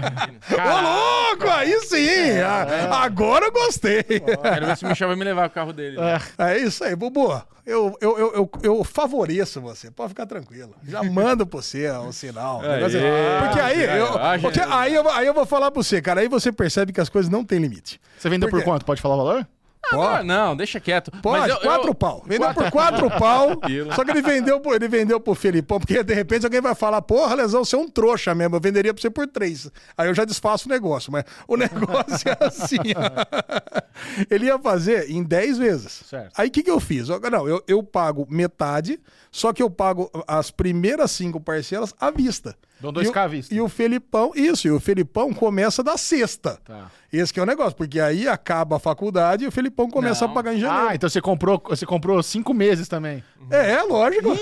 C: Caralho,
A: Ô, louco! Aí sim!
C: É.
A: Ah, Agora eu gostei!
C: quero ver se o Michel vai me levar o carro dele.
A: É isso aí, Bubu. Eu, eu, eu, eu, eu favoreço você, pode ficar tranquilo. Já mando pra você o sinal. O negócio é- porque aí, eu,
C: Ah,
A: porque
C: gente.
A: aí, eu, aí eu vou falar pra você, cara. Aí você percebe que as coisas não têm limite.
B: Você vendeu
A: Por
B: por
A: quê?
B: quanto? Pode falar o valor?
C: Ah, não, deixa quieto.
A: Pode,
C: eu- eu-
A: quatro pau. Vendeu por quatro pau. Só que ele vendeu, pro- ele vendeu pro Felipão, porque de repente alguém vai falar, porra, Lesão, você é um trouxa mesmo, eu venderia pra você por três. Aí eu já desfaço o negócio, mas o negócio é assim. ó. ele ia fazer em dez vezes.
B: Certo.
A: Aí o que, que eu fiz? Eu- Não, eu, eu pago metade, só que eu pago as primeiras cinco parcelas à vista.
B: Dão 2K
A: E o-
B: à vista.
A: E o Felipão, isso, e o Felipão começa da sexta.
B: Tá.
A: Esse que é o negócio, porque aí acaba a faculdade e o Felipão começa
C: Não.
A: a pagar em janeiro.
B: Ah, então você comprou, você comprou cinco meses também.
A: É, é, lógico.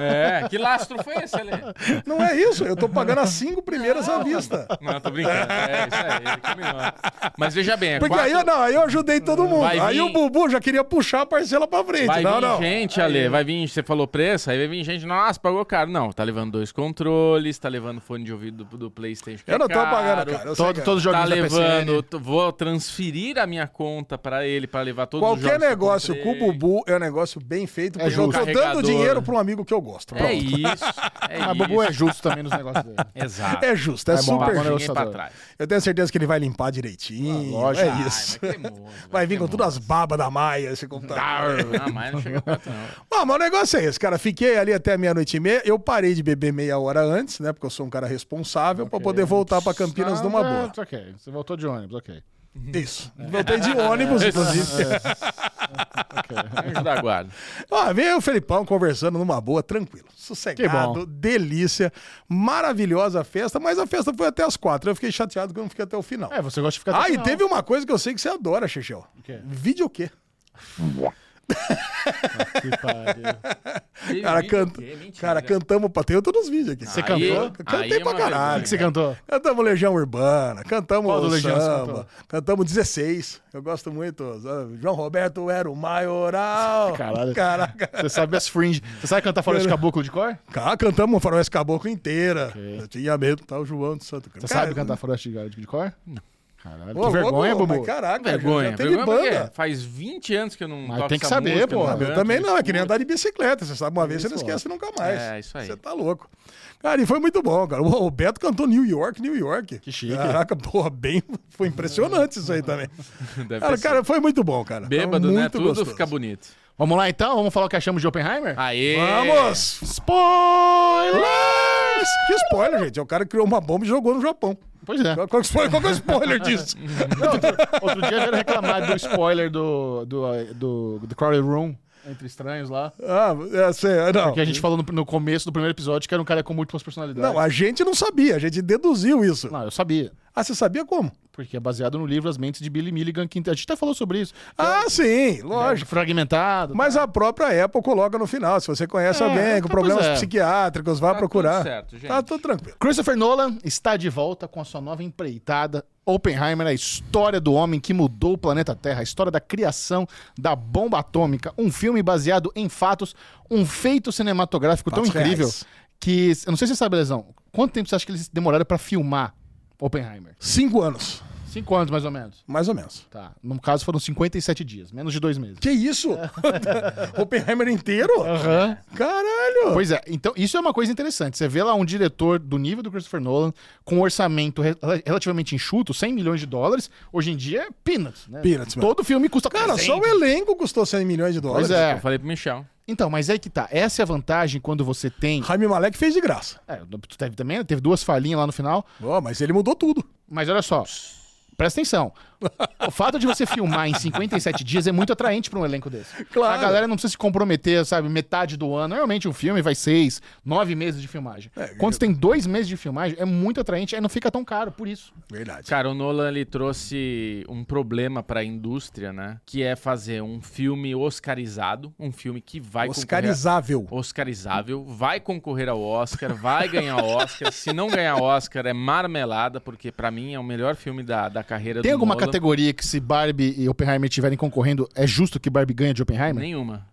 C: É, que lastro foi esse, Ale?
A: Não é isso. Eu tô pagando as cinco primeiras à vista.
C: Não, tô brincando. É isso aí, ele combinou. Mas veja bem, é
A: Porque aí, eu-
C: quatro-
A: não, aí eu ajudei todo mundo.
C: Vai
A: Aí
C: vir-
A: o Bubu já queria puxar a parcela pra frente.
C: Vai
A: não,
C: vir
A: não.
C: gente, Ale, vai vir, você falou preço, aí vai vir gente, nossa, pagou caro. Não, tá levando dois controles, tá levando fone de ouvido do, do Playstation que
A: Eu
C: é
A: não tô
C: caro,
A: pagando, cara. Eu sei
B: Todo,
A: que- é.
B: todos os
C: Tá
B: joguinhos da PCN.
C: levando, t- vou transferir a minha conta pra ele, pra levar todos os
A: Qualquer
C: jogos que eu
A: negócio com o
C: comprei.
A: Bubu é um negócio bem feito, porque eu
B: justo.
A: tô dando
C: Carregador.
A: dinheiro pra um amigo que eu gosto.
C: É
A: Pronto.
C: isso, é
B: Ah,
C: isso.
B: Bobo é justo também nos negócios dele.
C: Exato.
A: É justo, é,
B: bom,
A: super
B: bom
A: justo.
C: Ninguém pra
B: negociador.
C: trás.
A: Eu tenho certeza que ele vai limpar direitinho.
C: Ah,
B: lógico.
A: É isso.
C: Ai, vai cremoso, vai
A: Vai vir com todas as babas da Maia esse computador.
C: Não, mas não chega a quatro, não.
A: Bom, mas o negócio é esse, cara. Fiquei ali até meia-noite e meia. Eu parei de beber meia hora antes, né? Porque eu sou um cara responsável pra poder voltar pra Campinas
B: Ah,
A: numa
B: é,
A: boa.
B: Ok, você voltou de ônibus, ok.
A: Isso.
B: É.
A: Voltei de ônibus, inclusive.
C: Anjo da guarda.
A: Ó, veio o Felipão conversando numa boa, tranquilo.
B: Que
A: Sossegado, delícia. Maravilhosa a festa, mas a festa foi até as quatro. Eu fiquei chateado que eu não fiquei até o final.
B: É, você gosta de ficar...
A: Ah,
B: até o
A: e
B: final.
A: teve uma coisa que eu sei que você adora, Xixel.
B: quê?
A: Videokê.
B: Que pariu.
A: Cara, canta... cara cantamos pra. Tem eu tô nos vídeos aqui.
C: Você
B: cantou?
A: Cantei pra
B: O
A: caralho.
B: é que você cantou?
A: Cantamos Legião Urbana, cantamos
B: Qual do Legião você
A: samba,
B: cantou?
A: cantamos 16. Eu gosto muito. sabe? João Roberto era o maioral.
B: Caralho.
A: Caraca.
B: Você sabe as fringe. Você sabe cantar fora de caboclo de cor?
A: Cara, cantamos o Faroeste Caboclo inteira. Eu tinha medo, tá? O João do Santo Cristo.
B: Você sabe cantar Faroeste de de cor? Não. Caralho,
A: Ô,
B: que
A: ô,
B: vergonha,
A: ô,
B: Bubu.
A: Mas caraca,
C: Vergonha.
A: já teve
C: vergonha é porque
B: é.
A: banda.
C: Faz 20 anos que eu não
B: Mas
C: toco
B: tem que
C: essa
B: saber,
C: música,
B: pô.
C: não
B: Ah,
A: Eu
C: canto,
A: também
C: não
A: não, é que
C: escuto.
A: nem andar de bicicleta. Você sabe uma vez, você não
B: Isso,
A: esquece nunca mais.
C: É, isso aí.
A: Você tá louco. Cara, e foi muito bom, cara. O Beto cantou New York, New York. Que
B: chique.
A: Caraca, porra, bem. Foi impressionante isso aí também.
C: Deve
B: É,
A: Cara,
C: ter
A: cara, foi muito bom, cara. Foi
C: Bêbado, né?
A: muito
C: Tudo
A: gostoso.
C: fica bonito.
B: Vamos lá então? Vamos falar o que achamos de Oppenheimer?
C: Aê!
A: Ah,
B: É.
A: Vamos! Spoilers! Que spoiler, gente? É o cara que criou uma bomba e jogou no Japão.
B: Pois é.
A: Qual, qual, que foi- qual que é o spoiler disso?
B: Outro dia vieram reclamar do spoiler do, do, do, do Crowded Room entre estranhos lá.
A: ah, é, cê, não.
B: Que a gente falou no, no começo do primeiro episódio que era um cara com múltiplas personalidades.
A: não, a gente não sabia, a gente deduziu isso.
B: Não, eu sabia.
A: Ah, você sabia como?
B: Porque é baseado no livro As Mentes de Billy Milligan, que a gente até falou sobre isso.
A: Ah, sim,
B: Lógico.
A: lógico.
B: Fragmentado.
A: Mas a própria Apple coloca no final. Se você conhece
B: É,
A: alguém com
B: tá,
A: problemas
B: pois é.
A: psiquiátricos, vá procurar.
C: tudo certo, gente.
A: Tá tudo tranquilo.
B: Christopher Nolan está de volta com a sua nova empreitada. Oppenheimer, a história do homem que mudou o planeta Terra, a história da criação da bomba atômica, um filme baseado em fatos, um feito cinematográfico
A: Fatos
B: tão incrível
A: reais.
B: que, eu não sei se você sabe, Lesão, quanto tempo você acha que eles demoraram para filmar Oppenheimer?
A: Cinco anos.
B: Cinco anos, mais ou menos.
A: Mais ou menos.
B: Tá. No caso, foram 57 dias, menos de dois meses.
A: Que isso? Oppenheimer inteiro?
B: Aham.
A: Caralho!
B: Pois é, então isso é uma coisa interessante. Você vê lá um diretor do nível do Christopher Nolan, com um orçamento re- relativamente enxuto, 100 milhões de dólares, hoje em dia é peanuts, né?
A: Peanuts, mano.
B: Todo filme custa
A: Cara, só
B: 300.
A: o elenco custou 100 milhões de dólares.
B: Pois é.
C: Eu falei pro Michel.
B: Então, mas aí que tá. Essa é a vantagem quando você tem.
A: Jaime Malek fez de graça.
B: É, tu teve também, teve duas falhinhas lá no final.
A: Ó, mas ele mudou tudo.
B: Mas olha só, presta atenção. O fato de você filmar em 57 dias é muito atraente pra um elenco desse.
A: Claro.
B: A galera não precisa se comprometer, sabe, metade do ano. Normalmente um filme vai seis, nove meses de filmagem. Quando você tem dois meses de filmagem, é muito atraente, aí não fica tão caro por isso.
A: Verdade.
C: Cara, o Nolan ele trouxe um problema pra indústria, né? Que é fazer um filme oscarizado, um filme que vai concorrer-
A: Oscarizável.
C: Oscarizável, vai concorrer ao Oscar, vai ganhar Oscar. Se não ganhar Oscar, é marmelada, porque pra mim é o melhor filme da, da carreira
B: Tem
C: do
B: alguma
C: Nolan.
B: categoria que se Barbie e Oppenheimer estiverem concorrendo, é justo que Barbie ganhe de Oppenheimer?
C: Nenhuma.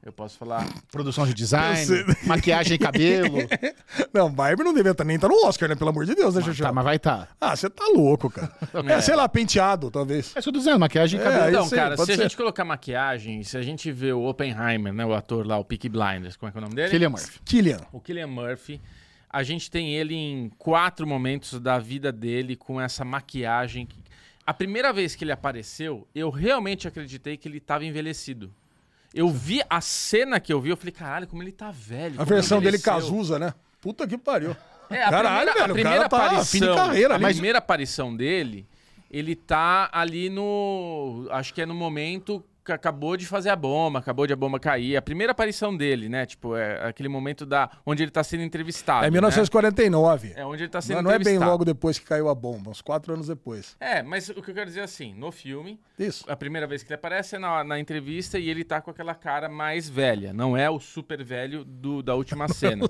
C: Eu posso falar.
B: Produção de design,
A: Eu
B: maquiagem e cabelo.
A: Não, Barbie não devia tá- nem estar no Oscar, né? Pelo amor de Deus, né, Xuxa?
B: tá, mas vai estar. Tá.
A: Ah, você tá louco, cara. É, sei lá, penteado, talvez.
B: É isso que eu tô dizendo, maquiagem e
A: É,
B: cabelo.
A: aí
C: Então,
A: sim,
C: cara, se
A: pode ser.
C: a gente colocar maquiagem, se a gente vê o Oppenheimer, né? O ator lá, o Peaky Blinders, como é que é o nome dele?
B: Cillian Murphy.
A: Killian.
C: O Killian Murphy. A gente tem ele em quatro momentos da vida dele com essa maquiagem. que- A primeira vez que ele apareceu, eu realmente acreditei que ele estava envelhecido. Eu vi a cena que eu vi, eu falei, caralho, como ele tá velho.
A: A
C: como
A: versão dele
C: envelheceu."
A: Cazuza, né? Puta que pariu.
C: É, a
A: Caralho,
C: primeira,
A: velho,
C: a
A: o cara
C: primeira
A: tá fim de
C: aparição,
A: carreira, É
C: a
A: mas-
C: primeira aparição dele, ele tá ali no, acho que é no momento que acabou de fazer a bomba, acabou de a bomba cair. A primeira aparição dele, né? Tipo, é aquele momento da onde ele tá sendo entrevistado,
A: É
C: né?
A: 1949.
C: É onde ele tá sendo
A: Não,
C: entrevistado.
A: não é bem logo depois que caiu a bomba, uns quatro anos depois.
C: É, mas o que eu quero dizer é assim, no filme,
A: Isso.
C: a primeira vez que ele aparece é na, na entrevista e ele tá com aquela cara mais velha. Não é o super velho do- da última cena.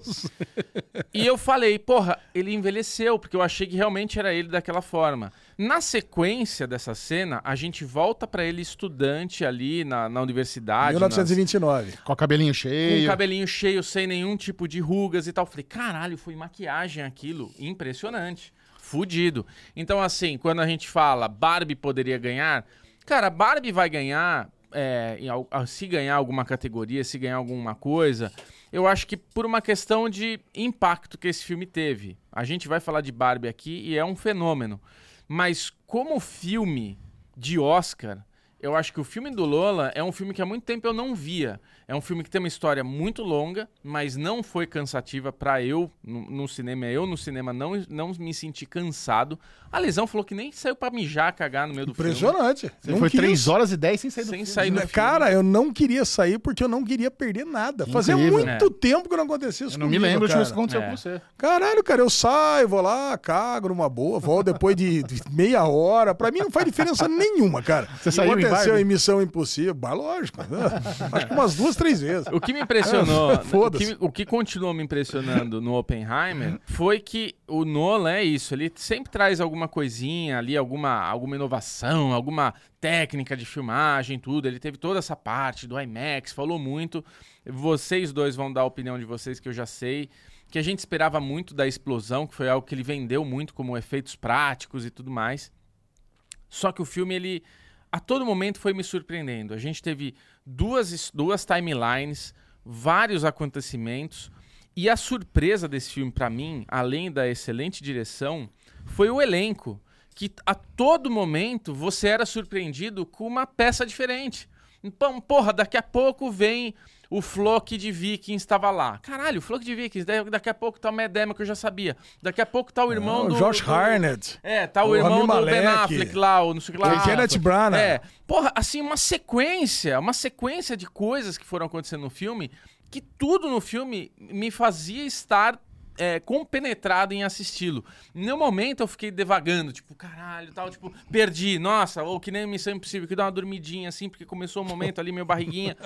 C: e eu falei, porra, ele envelheceu, porque eu achei que realmente era ele daquela forma. Na sequência dessa cena, a gente volta pra ele estudante ali na, na universidade. nas-
A: 1929.
B: Com o cabelinho
C: com o
B: cheio.
C: cabelinho cheio, sem nenhum tipo de rugas e tal. Falei, caralho, foi maquiagem aquilo. Impressionante. Fudido. Então, assim, quando a gente fala Barbie poderia ganhar, cara, Barbie vai ganhar. é, em al- ah, se ganhar alguma categoria, se ganhar alguma coisa, eu acho que por uma questão de impacto que esse filme teve. A gente vai falar de Barbie aqui e é um fenômeno. Mas como filme de Oscar, eu acho que o filme do Lola é um filme que há muito tempo eu não via. É um filme que tem uma história muito longa, mas não foi cansativa pra eu no, no cinema. Eu no cinema não, não me senti cansado. A Lesão falou que nem saiu pra mijar, cagar no meio do filme.
A: Impressionante.
B: Ele foi três horas e dez sem sair do
C: Sem
B: filme.
C: sair do
A: é
C: filme.
A: Né, Cara, eu não queria sair porque eu não queria perder nada. Fazia
B: incrível. né?
A: muito tempo que não acontecia isso
B: Eu não me
A: comigo,
B: lembro de
A: cara.
B: isso que aconteceu
C: É.
B: com você.
A: Caralho, cara, eu saio, vou lá, cago numa boa, volto depois de de meia hora. Pra mim não faz diferença nenhuma, cara.
B: Você saiu em
A: Aconteceu
B: Barbie?
A: em Missão Impossível. Bah, lógico. né? Acho que umas duas, três vezes.
C: O que me impressionou, o,
A: Foda-se.
C: que, o que continuou me impressionando no Oppenheimer foi que o Nolan é isso, ele sempre traz alguma coisinha ali, alguma, alguma inovação, alguma técnica de filmagem, tudo. Ele teve toda essa parte do IMAX, falou muito. Vocês dois vão dar a opinião de vocês, que eu já sei. Que a gente esperava muito da explosão, que foi algo que ele vendeu muito como efeitos práticos e tudo mais. Só que o filme, ele a todo momento foi me surpreendendo. A gente teve duas, his- duas timelines, vários acontecimentos. E a surpresa desse filme, pra mim, além da excelente direção, foi o elenco. Que a todo momento você era surpreendido com uma peça diferente. Então, porra, daqui a pouco vem o Flock de Vikings estava lá. Caralho, o Flock de Vikings. da- Daqui a pouco tá o Medema, que eu já sabia. Daqui a pouco tá o irmão
A: Ah,
C: do.
A: Josh
C: do-
A: Harnett.
C: é, tá o,
A: O
C: irmão
A: Rami
C: do Ben
A: Malek.
C: Affleck lá, o não sei o que lá.
A: O Kenneth Branagh.
C: É. Porra, assim, uma sequência, uma sequência de coisas que foram acontecendo no filme, que tudo no filme me fazia estar é, compenetrado em assisti-lo. Em nenhum momento eu fiquei devagando, tipo, caralho, tal, tipo, perdi, nossa, ou que nem Missão Impossível, que dá uma dormidinha assim, porque começou o momento ali, meu barriguinha.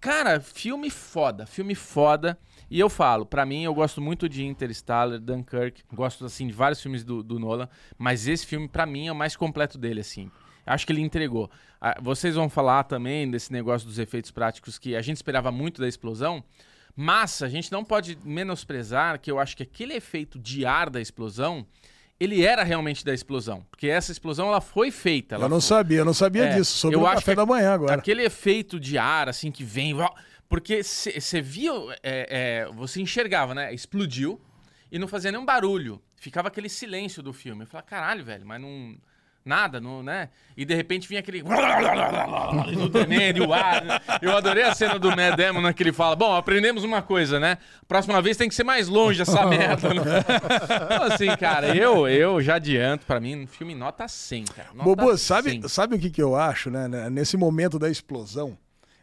C: Cara, filme foda, filme foda. E eu falo, pra mim, eu gosto muito de Interstellar, Dunkirk, gosto, assim, de vários filmes do, do Nolan, mas esse filme, pra mim, é o mais completo dele, assim. Acho que ele entregou. Ah, Vocês vão falar também desse negócio dos efeitos práticos que a gente esperava muito da explosão, mas a gente não pode menosprezar que eu acho que aquele efeito de ar da explosão, ele era realmente da explosão. Porque essa explosão ela foi feita. Ela
A: Eu não sabia, eu não sabia
C: É,
A: disso. Sobre
C: eu
A: o
C: acho
A: café
C: que
A: da manhã agora.
C: Aquele efeito de ar, assim, que vem. e vai- Porque você via. é, é, você enxergava, né? Explodiu e não fazia nenhum barulho. Ficava aquele silêncio do filme. Eu falava, caralho, velho, mas não. Nada, não, né? E de repente vinha aquele. do tremendo, e o ar. né? Eu adorei a cena do Mad Damon né, que ele fala: Bom, aprendemos uma coisa, né? Próxima vez tem que ser mais longe essa merda. né?" Então, assim, cara, eu, eu já adianto, pra mim, um filme nota 100, cara. Nota
A: Bobo,
C: 100.
A: sabe, sabe o que, que eu acho, né? né, Nesse momento da explosão.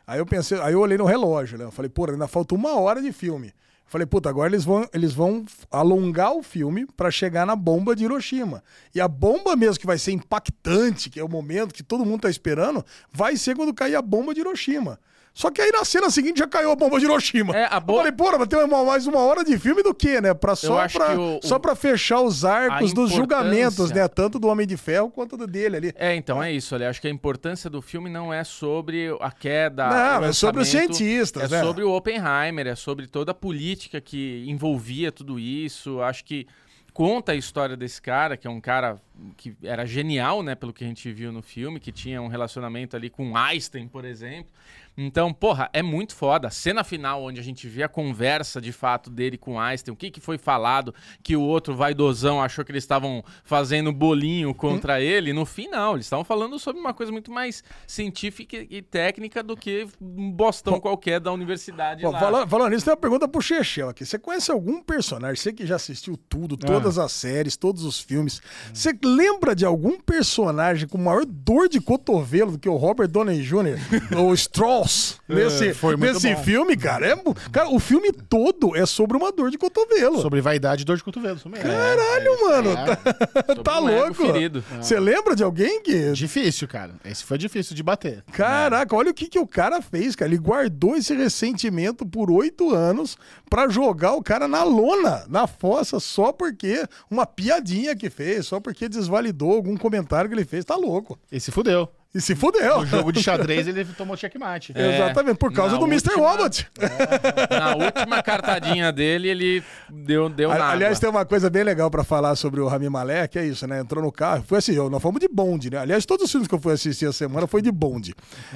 A: Aí eu pensei, aí eu olhei no relógio, né? Eu falei, pô, ainda falta uma hora de filme. Eu Falei, puta, agora eles vão, eles vão alongar o filme pra chegar na bomba de Hiroshima. E a bomba mesmo que vai ser impactante, que é o momento que todo mundo tá esperando, vai ser quando cair a bomba de Hiroshima. Só que aí na cena seguinte já caiu a bomba de Hiroshima.
C: É, a
A: Eu
C: bo-
A: Falei, porra, mas tem uma- mais uma hora de filme do quê, né? Pra só,
C: acho
A: pra,
C: que o-
A: só pra fechar os arcos dos
C: importância-
A: julgamentos, né? tanto do Homem de Ferro quanto do dele ali. Né?
C: É, então é isso, ali. Acho que a importância do filme não é sobre a queda.
A: Não,
C: o
A: é sobre os
C: lançamento,
A: cientistas,
C: É
A: né?
C: sobre o Oppenheimer, é sobre toda a política que envolvia tudo isso. Acho que conta a história desse cara, que é um cara que era genial, né, pelo que a gente viu no filme, que tinha um relacionamento ali com Einstein, por exemplo. Então, porra, é muito foda. A cena final, onde a gente vê a conversa de fato dele com Einstein, o que, que foi falado, que o outro vaidosão achou que eles estavam fazendo bolinho
A: Uhum.
C: contra ele. No final, eles estavam falando sobre uma coisa muito mais científica e técnica do que um bostão qualquer da universidade
A: Pô,
C: lá.
A: fala- falando nisso, tem uma pergunta pro Chechel aqui. Você conhece algum personagem? Você que já assistiu tudo,
B: É.
A: todas as séries, todos os filmes. Você lembra de algum personagem com maior dor de cotovelo do que o Robert Downey Jr., ou Strauss, nesse,
B: É, foi muito
A: nesse
B: bom.
A: filme, cara? É mu- cara, o filme todo é sobre uma dor de cotovelo.
B: Sobre vaidade e dor de cotovelo, isso mesmo. É,
A: Caralho, mano. Tá,
C: Sobre
A: tá
C: um ego
A: louco.
C: ferido.
A: Você lembra de alguém que.
B: é Difícil, cara. Esse foi difícil de bater.
A: Caraca, olha o que, que o cara fez, cara. Ele guardou esse ressentimento por oito anos pra jogar o cara na lona, na fossa, só porque uma piadinha que fez, só porque desvalidou algum comentário que ele fez. Tá louco.
B: Esse fudeu.
A: E se fudeu.
B: No jogo de xadrez ele tomou checkmate.
A: É. Exatamente, por causa
C: É. na
A: do Mr.
C: última-
A: Robot.
C: Na última cartadinha dele, ele deu, deu
A: A-
C: na
A: Aliás,
C: água.
A: tem uma coisa bem legal pra falar sobre o Rami Malek, é isso, né? Entrou no carro, foi assim, eu, nós fomos de bonde, né? Aliás, todos os filmes que eu fui assistir a semana foi de bonde.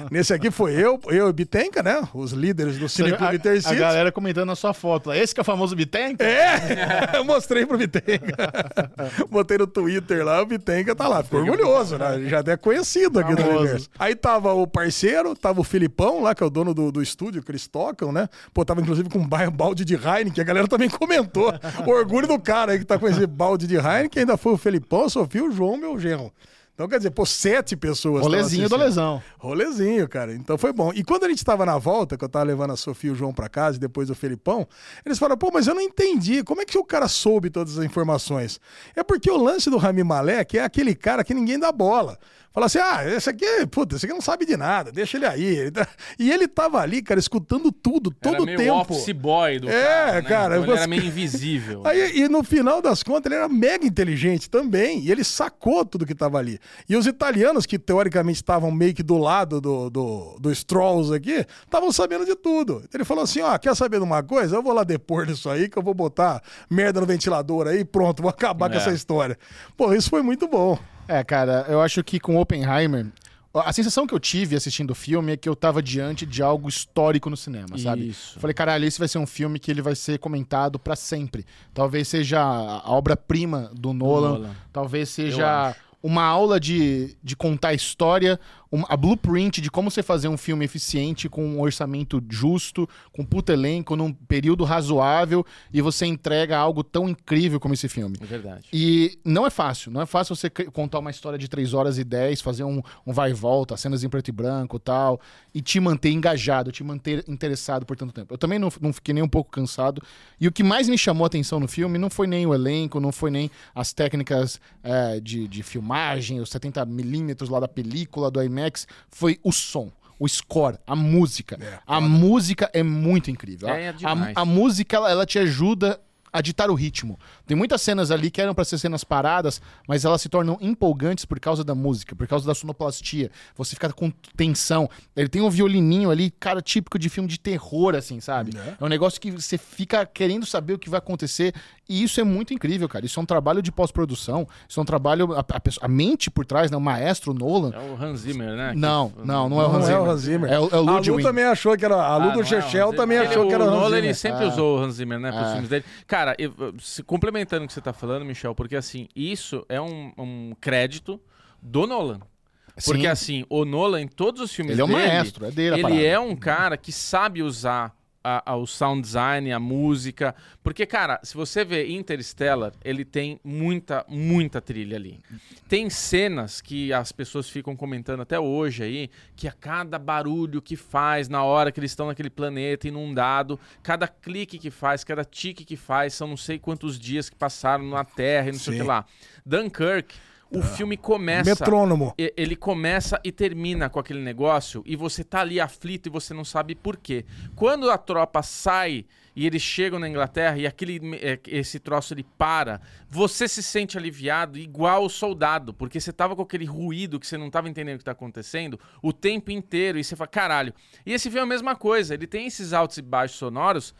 A: Nesse aqui foi eu, eu e Bitenca, né? Os líderes do Cine Clube
B: a, a
A: Intercity.
B: galera comentando na sua foto lá. Esse que é o famoso Bitenca?
A: É, eu mostrei pro Bitenga. Botei no Twitter lá, o Bitenga tá lá. Ficou orgulhoso, né? Já até conhecido aqui do
B: Famoso.
A: universo. Aí tava o parceiro, tava o Filipão lá, que é o dono do, do estúdio que eles tocam, né? Pô, tava inclusive com um ba- balde de Heineken, a galera também comentou. O orgulho do cara aí que tá com esse balde de Heineken, ainda foi o Felipão, a Sofia, o João, meu genro. Então, quer dizer, pô, sete pessoas. tavam
B: Rolezinho do
A: assistindo.
B: lesão.
A: Rolezinho, cara. Então foi bom. E quando a gente tava na volta, que eu tava levando a Sofia e o João pra casa e depois o Felipão, eles falaram, pô, mas eu não entendi. Como é que o cara soube todas as informações? É porque o lance do Rami Malek é aquele cara que ninguém dá bola. Fala assim, ah, esse aqui, puta, esse aqui não sabe de nada, deixa ele aí. Ele tá- E ele tava ali, cara, escutando tudo, todo
C: era meio
A: tempo.
C: office boy do
A: É,
C: cara, né?
A: cara,
C: Então ele
A: você-
C: era meio invisível.
A: Aí, e no final das contas, ele era mega inteligente também. E ele sacou tudo que tava ali. E os italianos, que teoricamente estavam meio que do lado do, do, do Strolls aqui, estavam sabendo de tudo. Ele falou assim: ó, quer saber de uma coisa? Eu vou lá depor disso aí, que eu vou botar merda no ventilador aí, pronto, vou acabar com
C: É.
A: essa história. Pô, isso foi muito bom.
B: É, cara, eu acho que com Oppenheimer. A sensação que eu tive assistindo o filme é que eu tava diante de algo histórico no cinema, sabe?
C: Isso.
B: Falei, caralho, esse vai ser um filme que ele vai ser comentado pra sempre. Talvez seja a obra-prima do Nolan,
C: Nolan.
B: talvez
C: Eu
B: seja
C: acho.
B: uma aula de, de contar história, um- a blueprint de como você fazer um filme eficiente com um orçamento justo, com puto elenco, num período razoável, e você entrega algo tão incrível como esse filme.
C: É verdade.
B: E não é fácil, não é fácil você cri- contar uma história de 3 horas e 10, fazer um, um vai e volta, cenas em preto e branco e tal, e te manter engajado, te manter interessado por tanto tempo. Eu também não, não fiquei nem um pouco cansado. E o que mais me chamou a atenção no filme não foi nem o elenco, não foi nem as técnicas eh, de, de filmagem, os 70mm lá da película, do IMAX, foi o som. O score, a música. a música é muito incrível.
C: É, é
B: a,
C: demais.
B: a música, ela, ela te ajuda a a ditar o ritmo. Tem muitas cenas ali que eram pra ser cenas paradas, mas elas se tornam empolgantes por causa da música, por causa da sonoplastia. Você fica com tensão. Ele tem um violininho ali, cara, típico de filme de terror, assim, sabe?
A: Né?
B: É um negócio que você fica querendo saber o que vai acontecer. E isso é muito incrível, cara. Isso é um trabalho de pós-produção. Isso é um trabalho. A, a pessoa- a mente por trás, né? O maestro Nolan.
C: É o Hans Zimmer, né? Que-
B: Não, não, não é o Hans
A: Não é
B: Zimmer.
A: o Hans Zimmer.
B: É o, é o
A: a Lu
B: Ludwig.
A: também achou que era. A Lu
C: Ah, não
A: do
C: é o Hans
A: Chechel
C: Zimmer.
A: também
C: Ele-
A: achou que era
C: o
A: o Hans
C: Nolan,
A: Zimmer.
C: ele sempre usou o Hans Zimmer, né, pros filmes dele. Cara, eu- se complementando o que você tá falando, Michel, porque assim, isso é um, um crédito do Nolan. Porque
B: Sim.
C: assim, o Nolan, em todos os filmes
B: Ele é um
C: dele,
B: maestro, é dele a parada.
C: ele é um cara que sabe usar a- a- o sound design, a música. Porque, cara, se você vê Interstellar, ele tem muita, muita trilha ali. Tem cenas que as pessoas ficam comentando até hoje aí, que a cada barulho que faz na hora que eles estão naquele planeta inundado, cada clique que faz, cada tique que faz, são não sei quantos dias que passaram na Terra e não sei o que lá. Dunkirk,
B: Ah.
C: o filme começa.
A: Metrônomo.
C: E- ele começa e termina com aquele negócio e você tá ali aflito e você não sabe por quê. Quando a tropa sai e eles chegam na Inglaterra e aquele eh, esse troço ele para, você se sente aliviado igual o soldado, porque você tava com aquele ruído que você não tava entendendo o que tá acontecendo o tempo inteiro e você fala, caralho. E esse filme é a mesma coisa, ele tem esses altos e baixos sonoros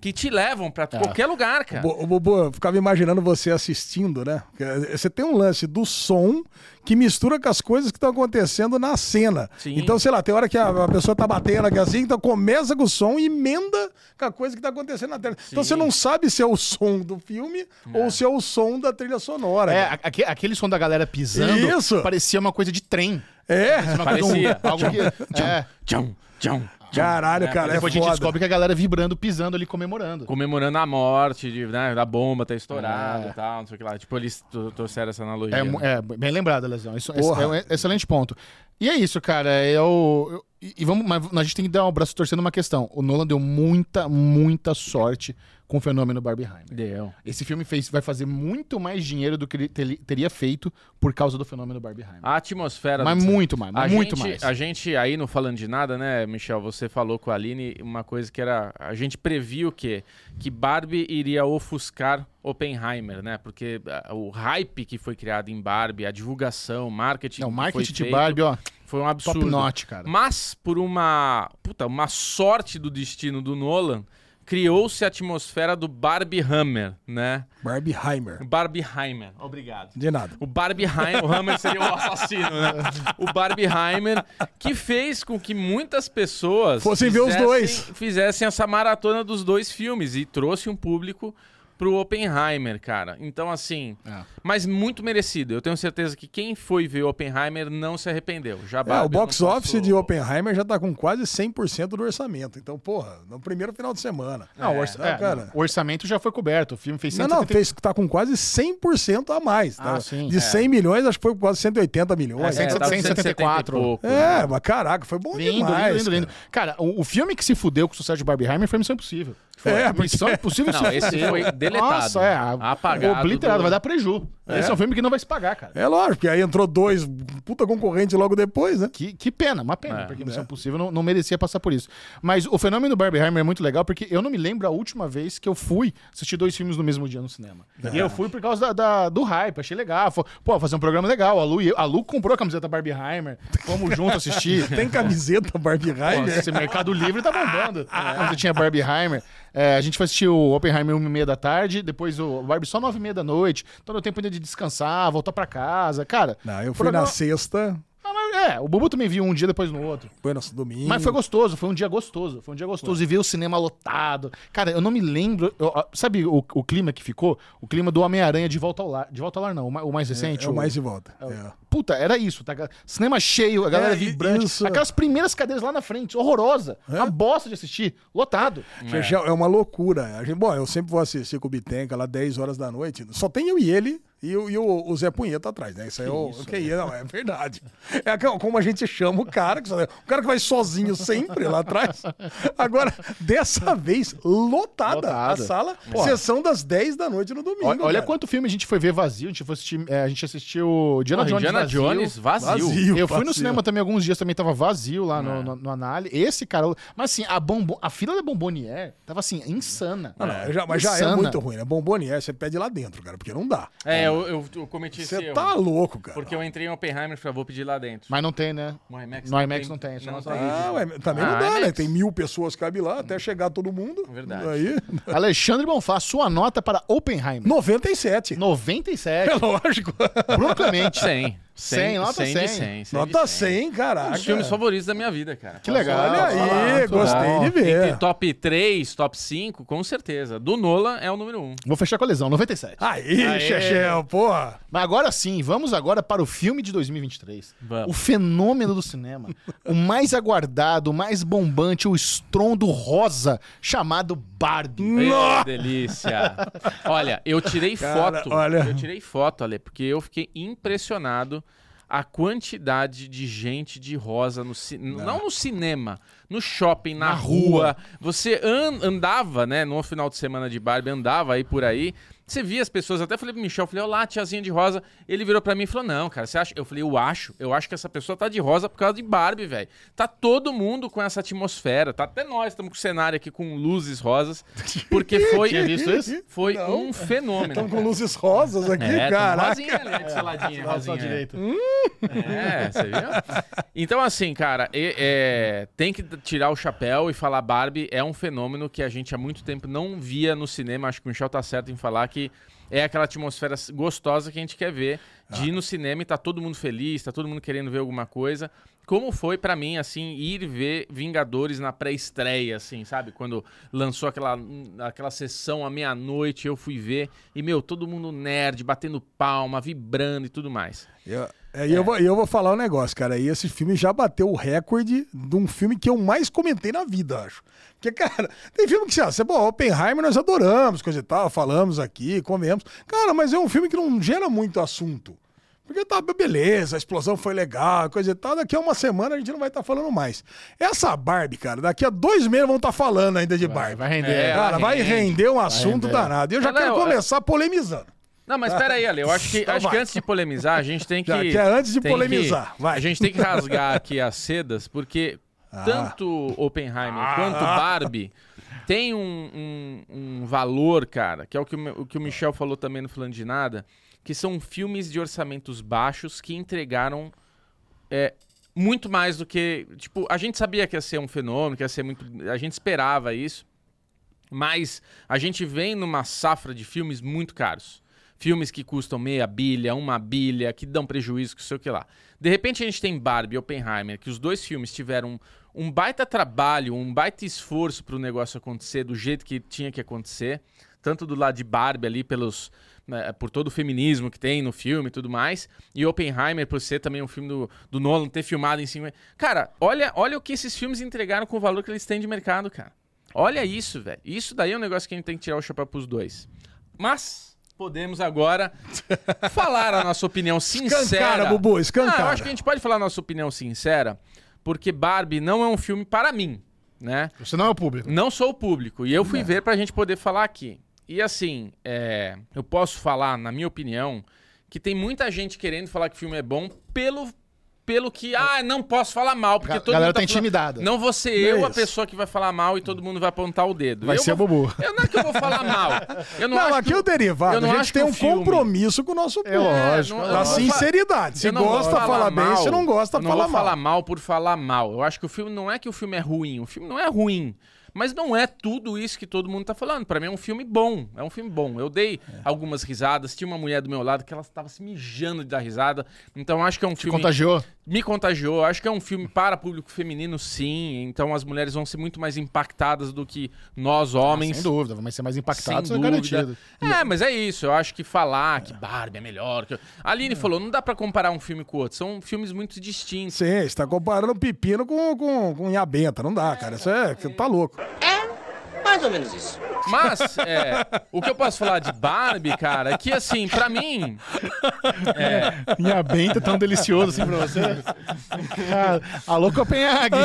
C: que te levam pra qualquer lugar, cara.
A: Bo- Bobo, eu ficava imaginando você assistindo, né? Porque Você tem um lance do som que mistura com as coisas que estão acontecendo na cena.
C: Sim.
A: Então, sei lá, tem hora que a, a pessoa tá batendo aqui assim, então começa com o som e emenda com a coisa que tá acontecendo na tela. Então você não sabe se é o som do filme ou se é o som da trilha sonora.
B: É,
A: cara.
B: aque- aquele som da galera pisando
A: Isso.
B: parecia uma coisa de trem.
A: é.
B: Uma coisa- um
C: Parecia.
B: algo
A: um-
B: que, é.
C: Tchau, tchau.
A: Caralho, cara, é
B: Depois a gente
A: foda.
B: descobre que a galera vibrando, pisando ali, comemorando.
C: comemorando a morte de, né, da bomba ter estourado e tal, não sei o que lá. Tipo, eles tro- trouxeram essa analogia.
B: É,
C: né?
B: mu- é, bem lembrado, Lesão. Isso, esse
A: Porra.
B: é um e- excelente ponto. E é isso, cara. Eu, eu- e- e vamos, mas a gente tem que dar um braço torcendo uma questão. O Nolan deu muita, muita sorte com o fenômeno Barbieheimer.
C: Deu.
B: Esse filme fez, vai fazer muito mais dinheiro do que ele tele- teria feito por causa do fenômeno Barbieheimer.
C: A atmosfera...
B: Mas
C: do-
B: muito mais,
C: Ah, A
B: muito
C: gente,
B: mais.
C: A gente, aí não falando de nada, né, Michel, você falou com a Aline uma coisa que era... A gente previu que, que Barbie iria ofuscar Oppenheimer, né? Porque ah, o hype que foi criado em Barbie, a divulgação, o marketing...
B: Não, o
C: que
B: marketing
C: foi
B: de
C: feito,
B: Barbie, ó,
C: Foi um absurdo.
B: top notch, cara.
C: Mas, por uma. Puta, uma sorte do destino do Nolan, criou-se a atmosfera do Barbie Hammer, né?
A: Barbie Heimer.
C: Barbie Hammer. Obrigado.
A: De nada.
C: O Barbie Heimer, o Hammer seria o assassino, né? O Barbie Heimer, que fez com que muitas pessoas
A: Fossem ver os
C: fizessem-
A: dois.
C: fizessem essa maratona dos dois filmes e trouxe um público pro Oppenheimer, cara. Então, assim,
B: É.
C: mas muito merecido. Eu tenho certeza que quem foi ver Oppenheimer não se arrependeu. Já
A: É,
C: Barbie
A: o box
C: não
A: office
C: passou-
A: de Oppenheimer já tá com quase 100% do orçamento. Então, porra, no primeiro final de semana.
B: Não, o, orça-
A: Tá,
B: é,
A: cara.
B: não, o orçamento já foi coberto. O filme fez
A: Não, não,
B: 170
A: fez, tá com quase 100% a mais. tá?
B: Ah, sim.
A: De 100 milhões, acho que foi quase 180 milhões.
B: É,
A: É,
C: É, tava
B: 174.
C: 174 e pouco.
A: mas caraca, foi bom
B: Lindo,
A: demais.
B: lindo, lindo, lindo. Cara, o, o filme que se fudeu com o sucesso de Barbieheimer foi Missão Impossível. Foi.
A: É, porque-
B: Missão Impossível
C: Não,
B: se
C: esse
B: fudeu.
C: foi deletado.
B: Nossa, é.
C: Apagado
B: Obliterado,
C: do-
B: vai dar preju. Esse é um filme que não vai se pagar, cara.
A: É lógico, porque aí entrou dois puta concorrente logo depois, né?
B: Que, que pena, uma pena,
C: É.
B: porque Missão Impossível não, não merecia passar por isso. Mas o fenômeno do Barbieheimer é muito legal, porque eu não me lembro a última vez que eu fui assistir dois filmes no mesmo dia no cinema.
A: É.
B: E eu fui por causa da- da- do hype, achei legal. Fo- Pô, fazer um programa legal. A Lu, e eu- a Lu comprou a camiseta Barbieheimer, fomos juntos assistir.
A: Tem camiseta Barbie
B: Pô,
A: Heimer.
B: Esse Mercado Livre tá bombando.
A: Ah,
B: Quando tinha Barbieheimer. É, a gente foi assistir o Oppenheimer 1 e meia da tarde, depois o Barbie só 9 e meia da noite. Então deu tempo ainda de descansar, voltar pra casa. Cara,
A: Não, eu
B: o
A: fui
B: programa-
A: na sexta,
B: Ah, mas É, o Bubu também viu um dia, depois no outro.
A: foi no domingo. é
B: Mas foi gostoso, foi um dia gostoso. Foi um dia gostoso e ver o cinema lotado. Cara, eu não me lembro. eu- ah, sabe o, o clima que ficou? O clima do Homem-Aranha de volta ao lar. De volta ao lar, não. O ma- o mais recente.
A: É o mais de volta. é.
B: Puta, era isso, tá? Cinema cheio, a galera
A: É, e-
B: vibrante.
A: isso.
B: Aquelas primeiras cadeiras lá na frente, horrorosa. Uma bosta de assistir, lotado.
A: Chechel, é uma loucura. A gente, bom, eu sempre vou assistir com o Bitenca lá 10 horas da noite. Só tem eu e ele. E, o, e o, o Zé Punheta atrás, né? Isso aí é o o que ia, não, é verdade. É que- como a gente chama o cara, que só- o cara que vai sozinho sempre lá atrás. Agora, dessa vez, lotada, a
B: Lotada.
A: sala, sessão das 10 da noite no domingo.
B: Olha, olha
A: cara.
B: quanto filme a gente foi ver vazio. A gente, foi assistir, é, a gente assistiu Diana Jones. vazio.
C: Indiana Jones, vazio. É.
A: Vazio.
B: Eu fui no
A: vazio.
B: cinema também alguns dias, também tava vazio lá no, no, no Anali. Esse cara. Mas assim, a, bombo, a fila da Bombonier tava assim, insana.
A: Não, não, já- mas já é
B: Insana.
A: muito ruim, né? Bombonier, você pede lá dentro, cara, porque não dá.
C: É, eu, eu, eu cometi esse
A: Você
C: erro.
A: tá louco, cara.
C: Porque eu entrei em Oppenheimer e falei, "Ah, vou pedir lá dentro.
B: Mas não tem, né?
C: No IMAX
B: no
C: não
B: IMAX
C: tem-
B: não tem. isso
C: não
B: não
C: tem.
B: tem.
A: Ah, ué, também não
C: Ah,
A: dá,
C: é
A: né?
C: isso.
A: Tem mil pessoas que cabe lá até chegar todo mundo.
C: Verdade.
A: Aí,
B: Alexandre Bonfá, sua nota para Oppenheimer.
A: 97.
B: 97.
A: É lógico.
B: Bruno Clemente.
C: 100.
B: 100, nota 100.
A: Nota 100,
C: Um
A: caraca.
C: dos filmes favoritos da minha vida, cara.
B: Que legal.
A: Olha aí,
B: Falato,
A: gostei
B: bom.
A: de ver.
C: Entre top 3, top 5, com certeza. Do Nola é o número 1.
B: Vou fechar com a lesão, 97.
A: Aí, Chechel, porra.
B: Mas agora sim, vamos agora para o filme de 2023.
C: Vamos.
B: O fenômeno do cinema. o mais aguardado, o mais bombante, o estrondo rosa, chamado
C: Hum.
B: Barbie.
A: Nó!
C: delícia. Olha, eu tirei
A: Cara,
C: foto.
A: olha.
C: Eu tirei foto, Ale, porque eu fiquei impressionado a quantidade de gente de rosa no ci- não. no cinema, no shopping, na,
B: Na
C: rua. Você an- andava, né, no final de semana de Barbie, andava aí por aí. Você via as pessoas, até falei pro Michel, falei, olá, tiazinha de rosa. Ele virou pra mim e falou, não, cara, você acha? Eu falei, eu acho, eu acho que essa pessoa tá de rosa por causa de Barbie, velho. Tá todo mundo com essa atmosfera, tá até nós, estamos com o cenário aqui com luzes rosas, porque foi...
B: Tinha visto isso?
C: Foi
A: Não.
C: um fenômeno.
A: Estamos com
C: cara.
A: luzes rosas aqui,
C: É, tá
A: né? caraca.
C: rosinha ali, de seladinha, rosinha.
B: direito.
C: É, você viu? Então, assim, cara, e- é, tem que tirar o chapéu e falar Barbie é um fenômeno que a gente há muito tempo não via no cinema. Acho que o Michel tá certo em falar que é aquela atmosfera gostosa que a gente quer ver de ir no cinema e tá todo mundo feliz, tá todo mundo querendo ver alguma coisa. Como foi pra mim, assim, ir ver Vingadores na pré-estreia, assim, sabe? Quando lançou aquela, aquela sessão à meia-noite, eu fui ver. E, meu, todo mundo nerd, batendo palma, vibrando e tudo mais.
A: Eu, é, e eu, vou, e eu vou falar um negócio, cara. E esse filme já bateu o recorde de um filme que eu mais comentei na vida, acho. Porque, cara, tem filme que, ah, você, pô, Oppenheimer nós adoramos, coisa e tal, falamos aqui, comemos. Cara, mas é um filme que não gera muito assunto. Porque tá, be- beleza, a explosão foi legal, coisa e tal. Daqui a uma semana a gente não vai estar falando mais. Essa Barbie, cara, daqui a dois meses vão estar falando ainda de Barbie.
B: vai render.
C: É,
A: cara,
C: ela
A: vai
C: rende,
A: render um assunto
B: render.
A: danado. E eu já
C: Ela
A: quero
C: é o-
A: começar polemizando.
C: Não, mas espera aí, Ale. Eu acho que,
A: Então
C: acho que
A: vai.
C: antes de polemizar, a gente tem que.
A: Já que é antes de
C: tem que-
A: polemizar, vai. Ah.
C: A gente tem que rasgar aqui as sedas, porque tanto Oppenheimer quanto Barbie tem um, um- um valor, cara, que é o que o, meu- o que o Michel falou também no Falando de Nada, que são filmes de orçamentos baixos que entregaram é, muito mais do que. Tipo, a gente sabia que ia ser um fenômeno, que ia ser muito. A gente esperava isso. Mas a gente vem numa safra de filmes muito caros. Filmes que custam meia bilha, uma bilha, que dão prejuízo, que sei o que lá. De repente a gente tem Barbie e Oppenheimer, que os dois filmes tiveram um baita trabalho, um baita esforço pro negócio acontecer do jeito que tinha que acontecer. Tanto do lado de Barbie ali, pelos, né, por todo o feminismo que tem no filme e tudo mais. E Oppenheimer, por ser também um filme do, do Nolan, ter filmado em cima. Cara, olha, olha o que esses filmes entregaram com o valor que eles têm de mercado, cara. Olha isso, velho. Isso daí é um negócio que a gente tem que tirar o chapéu pros dois. Mas podemos agora falar a nossa opinião sincera.
A: Escancara, Bubu, escancara.
C: Ah, eu acho que a gente pode falar a nossa opinião sincera, porque Barbie não é um filme para mim, né?
B: Você não é o público.
C: Não sou o público. E eu
B: É.
C: fui ver pra gente poder falar aqui. E assim, é, eu posso falar, na minha opinião, que tem muita gente querendo falar que o filme é bom pelo, pelo que. Ah, não posso falar mal, porque
B: É. Ga-
C: todo
B: galera
C: mundo.
B: tá
C: falando-
B: intimidada.
C: Não vou ser
A: É
C: eu a
A: isso.
C: pessoa que vai falar mal e todo mundo vai apontar o dedo.
B: Vai
C: eu
B: ser
C: vou,
B: o Bubu.
C: Eu não é que eu vou falar mal. Eu não,
A: Não,
C: acho
A: aqui
C: que
A: é o derivado.
C: eu não
A: a gente
C: acho
A: tem
C: que o
A: um
C: filme-
A: compromisso com o nosso público.
B: lógico,
C: não-
B: é
C: eu
A: Da
C: não vou fa-
A: sinceridade. Se
C: eu não vou
A: gosta,
C: falar
A: fala bem.
C: mal.
A: Se não gosta,
C: Eu não
A: fala
C: vou
A: mal.
C: falar mal por falar mal. Eu acho que o filme não é que o filme é ruim. O filme não é ruim. Mas não é tudo isso que todo mundo tá falando. Pra mim é um filme bom. É um filme bom. Eu dei
A: É.
C: algumas risadas. Tinha uma mulher do meu lado que ela estava se mijando de dar risada. Então acho que é um filme
B: Contagiou.
C: me contagiou. Acho que é um filme para público feminino, sim. Então as mulheres vão ser muito mais impactadas do que nós, homens.
B: Sem dúvida, vai ser mais impactado,
C: Sem
B: isso é
C: dúvida.
B: garantido.
C: É, mas é isso. Eu acho que falar que Barbie é melhor. Que... A Aline falou: não dá pra comparar um filme com o outro. São filmes muito distintos.
A: Sim, você tá comparando pepino com, com, com inha benta. Não dá, cara. Isso é. Você tá louco.
G: É, mais ou menos isso.
C: Mas, é, o que eu posso falar de Barbie, cara, é que assim, pra mim. É,
B: Minha benta tão delicioso assim pra você. Cara, alô, Copenhague!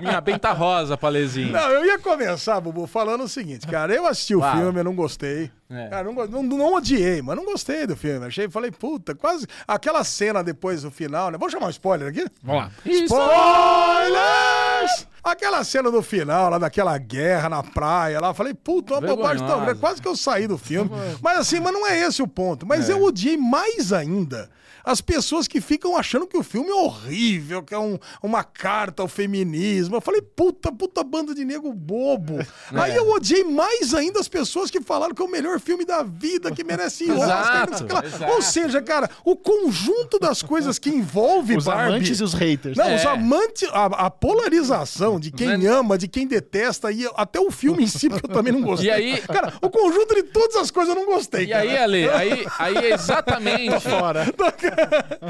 C: minha benta rosa, palezinho.
A: Não, eu ia começar, Bubu, falando o seguinte, cara, eu assisti o
C: Fala.
A: filme, eu não gostei.
C: É.
A: Cara, não, go- não, não odiei, mas não gostei do filme. Achei, falei, puta, quase. Aquela cena depois do final, né? Vamos chamar um spoiler aqui?
C: Vamos lá. Isso.
A: Spoilers! Aquela cena do final, lá daquela guerra na praia lá, falei, puta, uma
C: Vergonhosa.
A: bobagem tão grande. Quase que eu saí do filme. Mas assim, mas não é esse o ponto. Mas eu odiei mais ainda as pessoas que ficam achando que o filme é horrível, que é um- uma carta ao feminismo. Eu falei, puta, puta banda de nego bobo.
C: É.
A: Aí eu odiei mais ainda as pessoas que falaram que é o melhor filme da vida, que merece Oscar. não sei o que lá.
C: Exato,
A: Ou seja, cara, o conjunto das coisas que envolve
B: Os
A: Barbie...
B: amantes e os haters.
A: Não,
C: É.
A: os amantes, a, a polarização de quem
C: Né?
A: ama, de quem detesta, e até o filme em si, porque eu também não gostei.
C: E aí-
A: Cara, o conjunto de todas as coisas eu não gostei.
C: E aí, é, Ale, aí, aí é exatamente.
B: Fora.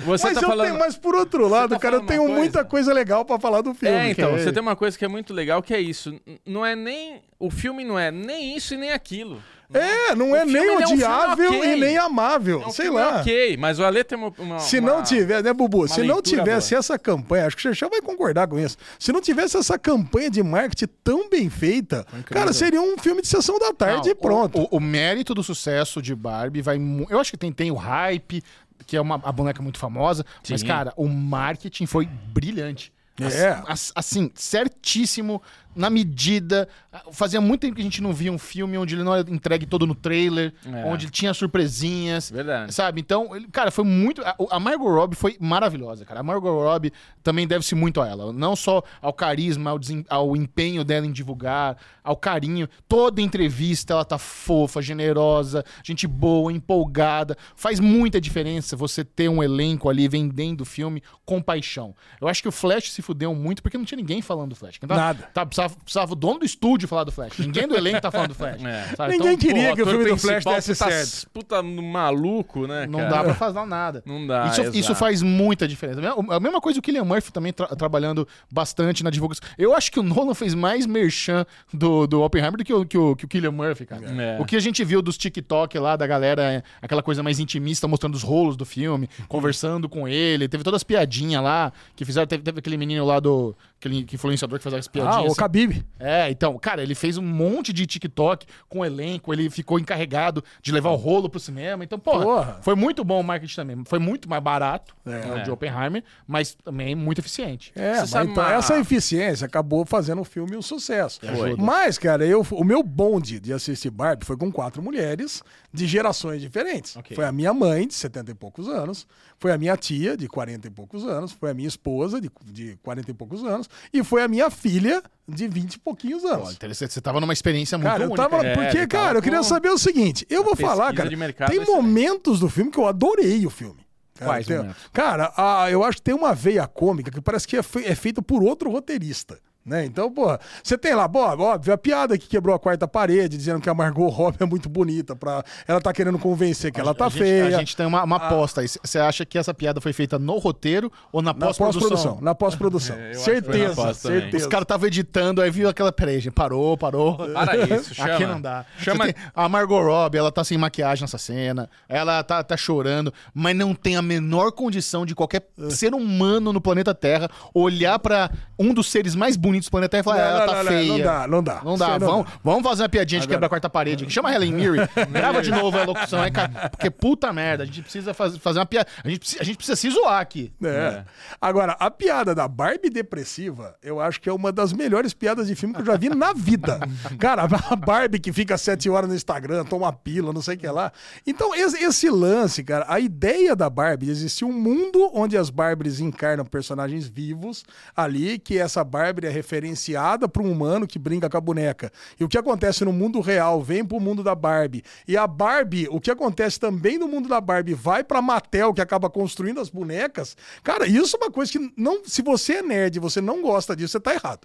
C: Você
A: mas,
C: tá
A: eu
C: falando.
A: tenho, mas por outro lado,
C: tá
A: cara, eu
C: falando uma
A: tenho
C: coisa.
A: muita coisa legal pra falar do filme.
C: É, então,
A: cara.
C: você tem uma coisa que é muito legal, que é isso. N- Não é nem. O filme não é nem isso e nem aquilo.
A: É, não é
C: filme,
A: nem
C: ele é um filme
A: odiável
C: ok.
A: e nem amável.
C: É um
A: sei
C: filme
A: lá.
C: Ok, mas o Ale tem uma. uma-
A: Se não
C: uma-
A: tiver, né, Bubu? Se não
C: leitura
A: tivesse essa campanha, acho que o Xerxão vai concordar com isso. Se não tivesse essa campanha de marketing tão bem feita, cara, seria um filme de sessão da tarde
B: Não,
A: e pronto.
B: O, o- o mérito do sucesso de Barbie vai. mu- Eu acho que tem, tem o hype, que é uma a boneca muito famosa. Mas,
C: Sim.
B: cara, o marketing foi brilhante.
A: É.
B: As- as- Assim, certíssimo, na medida. Fazia muito tempo que a gente não via um filme onde ele não era entregue todo no trailer,
C: É.
B: onde ele tinha surpresinhas.
A: É.
C: Verdade.
B: Sabe? Então, ele- cara, foi muito. A, a Margot Robbie foi maravilhosa, cara. A Margot Robbie também deve-se muito a ela. Não só ao carisma, ao, desen- ao empenho dela em divulgar, ao carinho. Toda entrevista ela tá fofa, generosa, gente boa, empolgada. Faz muita diferença você ter um elenco ali vendendo o filme com paixão. Eu acho que o Flash se fudeu muito porque não tinha ninguém falando do Flash. Quem tava-
A: Nada.
B: tava- precisava, precisava o dono do estúdio falar do Flash. Ninguém do elenco tá falando do Flash.
C: É.
B: sabe?
A: Ninguém
B: Então,
A: queria
C: Pô,
A: que o
C: ator
A: filme do Flash
C: principal
A: desse
C: tá
A: certo.
C: Puta maluco, né?
B: Não
C: cara?
B: dá pra fazer nada.
C: Não dá,
B: Isso,
C: exato.
B: isso faz muita diferença. A mesma coisa o Killian Murphy também tra- trabalhando bastante na divulgação. Eu acho que o Nolan fez mais merchan do, do Oppenheimer do que o, que, o, que o Killian Murphy, cara.
C: É.
B: O que a gente viu dos TikTok lá da galera, é, aquela coisa mais intimista, mostrando os rolos do filme, conversando com ele. Teve todas as piadinhas lá que fizeram. Teve, teve aquele menino lá do. Aquele influenciador que fazia as piadinhas.
A: Ah, o
B: assim.
A: Khabib.
B: É, então, cara, ele fez um monte de TikTok com o elenco, ele ficou encarregado de levar o rolo pro cinema. Então, porra,
A: Porra.
B: foi muito bom o marketing também. Foi muito mais barato
A: É.
B: né, o de Oppenheimer, mas também muito eficiente.
A: É,
C: Você
A: mas
C: sabe
A: então
C: uma-
A: essa eficiência acabou fazendo o filme um sucesso.
C: Foi.
A: Mas, cara, eu, o meu bonde de assistir Barbie foi com quatro mulheres de gerações diferentes.
C: Ok.
A: Foi a minha mãe, de 70 e poucos anos, foi a minha tia, de 40 e poucos anos, foi a minha esposa, de, de 40 e poucos anos, e foi a minha filha, de 20 e pouquinhos anos.
B: Pô, interessante, você tava numa experiência muito
A: Cara, eu
B: única.
A: tava.
B: né?
A: porque,
C: é, ele tava
A: cara, eu queria
C: com
A: saber o seguinte: eu vou
C: pesquisa
A: falar, cara.
C: de mercado
A: Tem
C: excelente.
A: momentos do filme que eu adorei o filme. Cara,
B: Quais
A: tem-
B: momentos?
A: cara a- eu acho que tem uma veia cômica que parece que é, fe- é feita por outro roteirista. Né? Então, porra, você tem lá, Bob, óbvio, a piada que quebrou a quarta parede, dizendo que a Margot Robbie é muito bonita, pra... ela tá querendo convencer que ela tá
B: a gente-
A: feia. Ah.
B: a gente tem uma, uma aposta aí. Você acha que essa piada foi feita no roteiro ou na
A: Na pós-produção.
B: pós-produção?
A: Na pós-produção.
C: É, eu acho que foi na
A: certeza,
C: pós também.
A: certeza.
B: Os caras estavam editando, aí viu aquela. Peraí, gente, parou, parou.
C: Para isso, chama.
B: Aqui não dá.
C: Chama-
B: Você tem- a Margot Robbie, ela tá sem maquiagem nessa cena, ela tá, tá chorando, mas não tem a menor condição de qualquer
A: É.
B: ser humano no planeta Terra olhar pra um dos seres mais bonitos do planeta Terra e falar,
A: Não,
B: "Ah, ela
A: não,
B: tá
A: não, não,
B: feia.
A: não dá, não dá.
B: Não dá.
A: Isso aí não
B: vamos, vamos fazer uma piadinha de quebra a quarta parede. aqui. Chama a Helen Mirren, grava de novo a locução, aí, cara, porque puta merda, a gente precisa faz- fazer uma piada, a gente, precisa- a gente precisa se zoar aqui.
A: É. Agora, a piada da Barbie depressiva, eu acho que é uma das melhores piadas de filme que eu já vi na vida. Cara, a Barbie que fica sete horas no Instagram, toma pila, não sei o que lá. Então, es- esse lance, cara, a ideia da Barbie, existe um mundo onde as Barbies encarnam personagens vivos ali, que essa Barbie é referenciada para um humano que brinca com a boneca. E o que acontece no mundo real vem pro mundo da Barbie. E a Barbie, o que acontece também no mundo da Barbie, vai pra Mattel, que acaba construindo as bonecas. Cara, isso é uma coisa que não. Se você é nerd e você não gosta disso, você tá errado.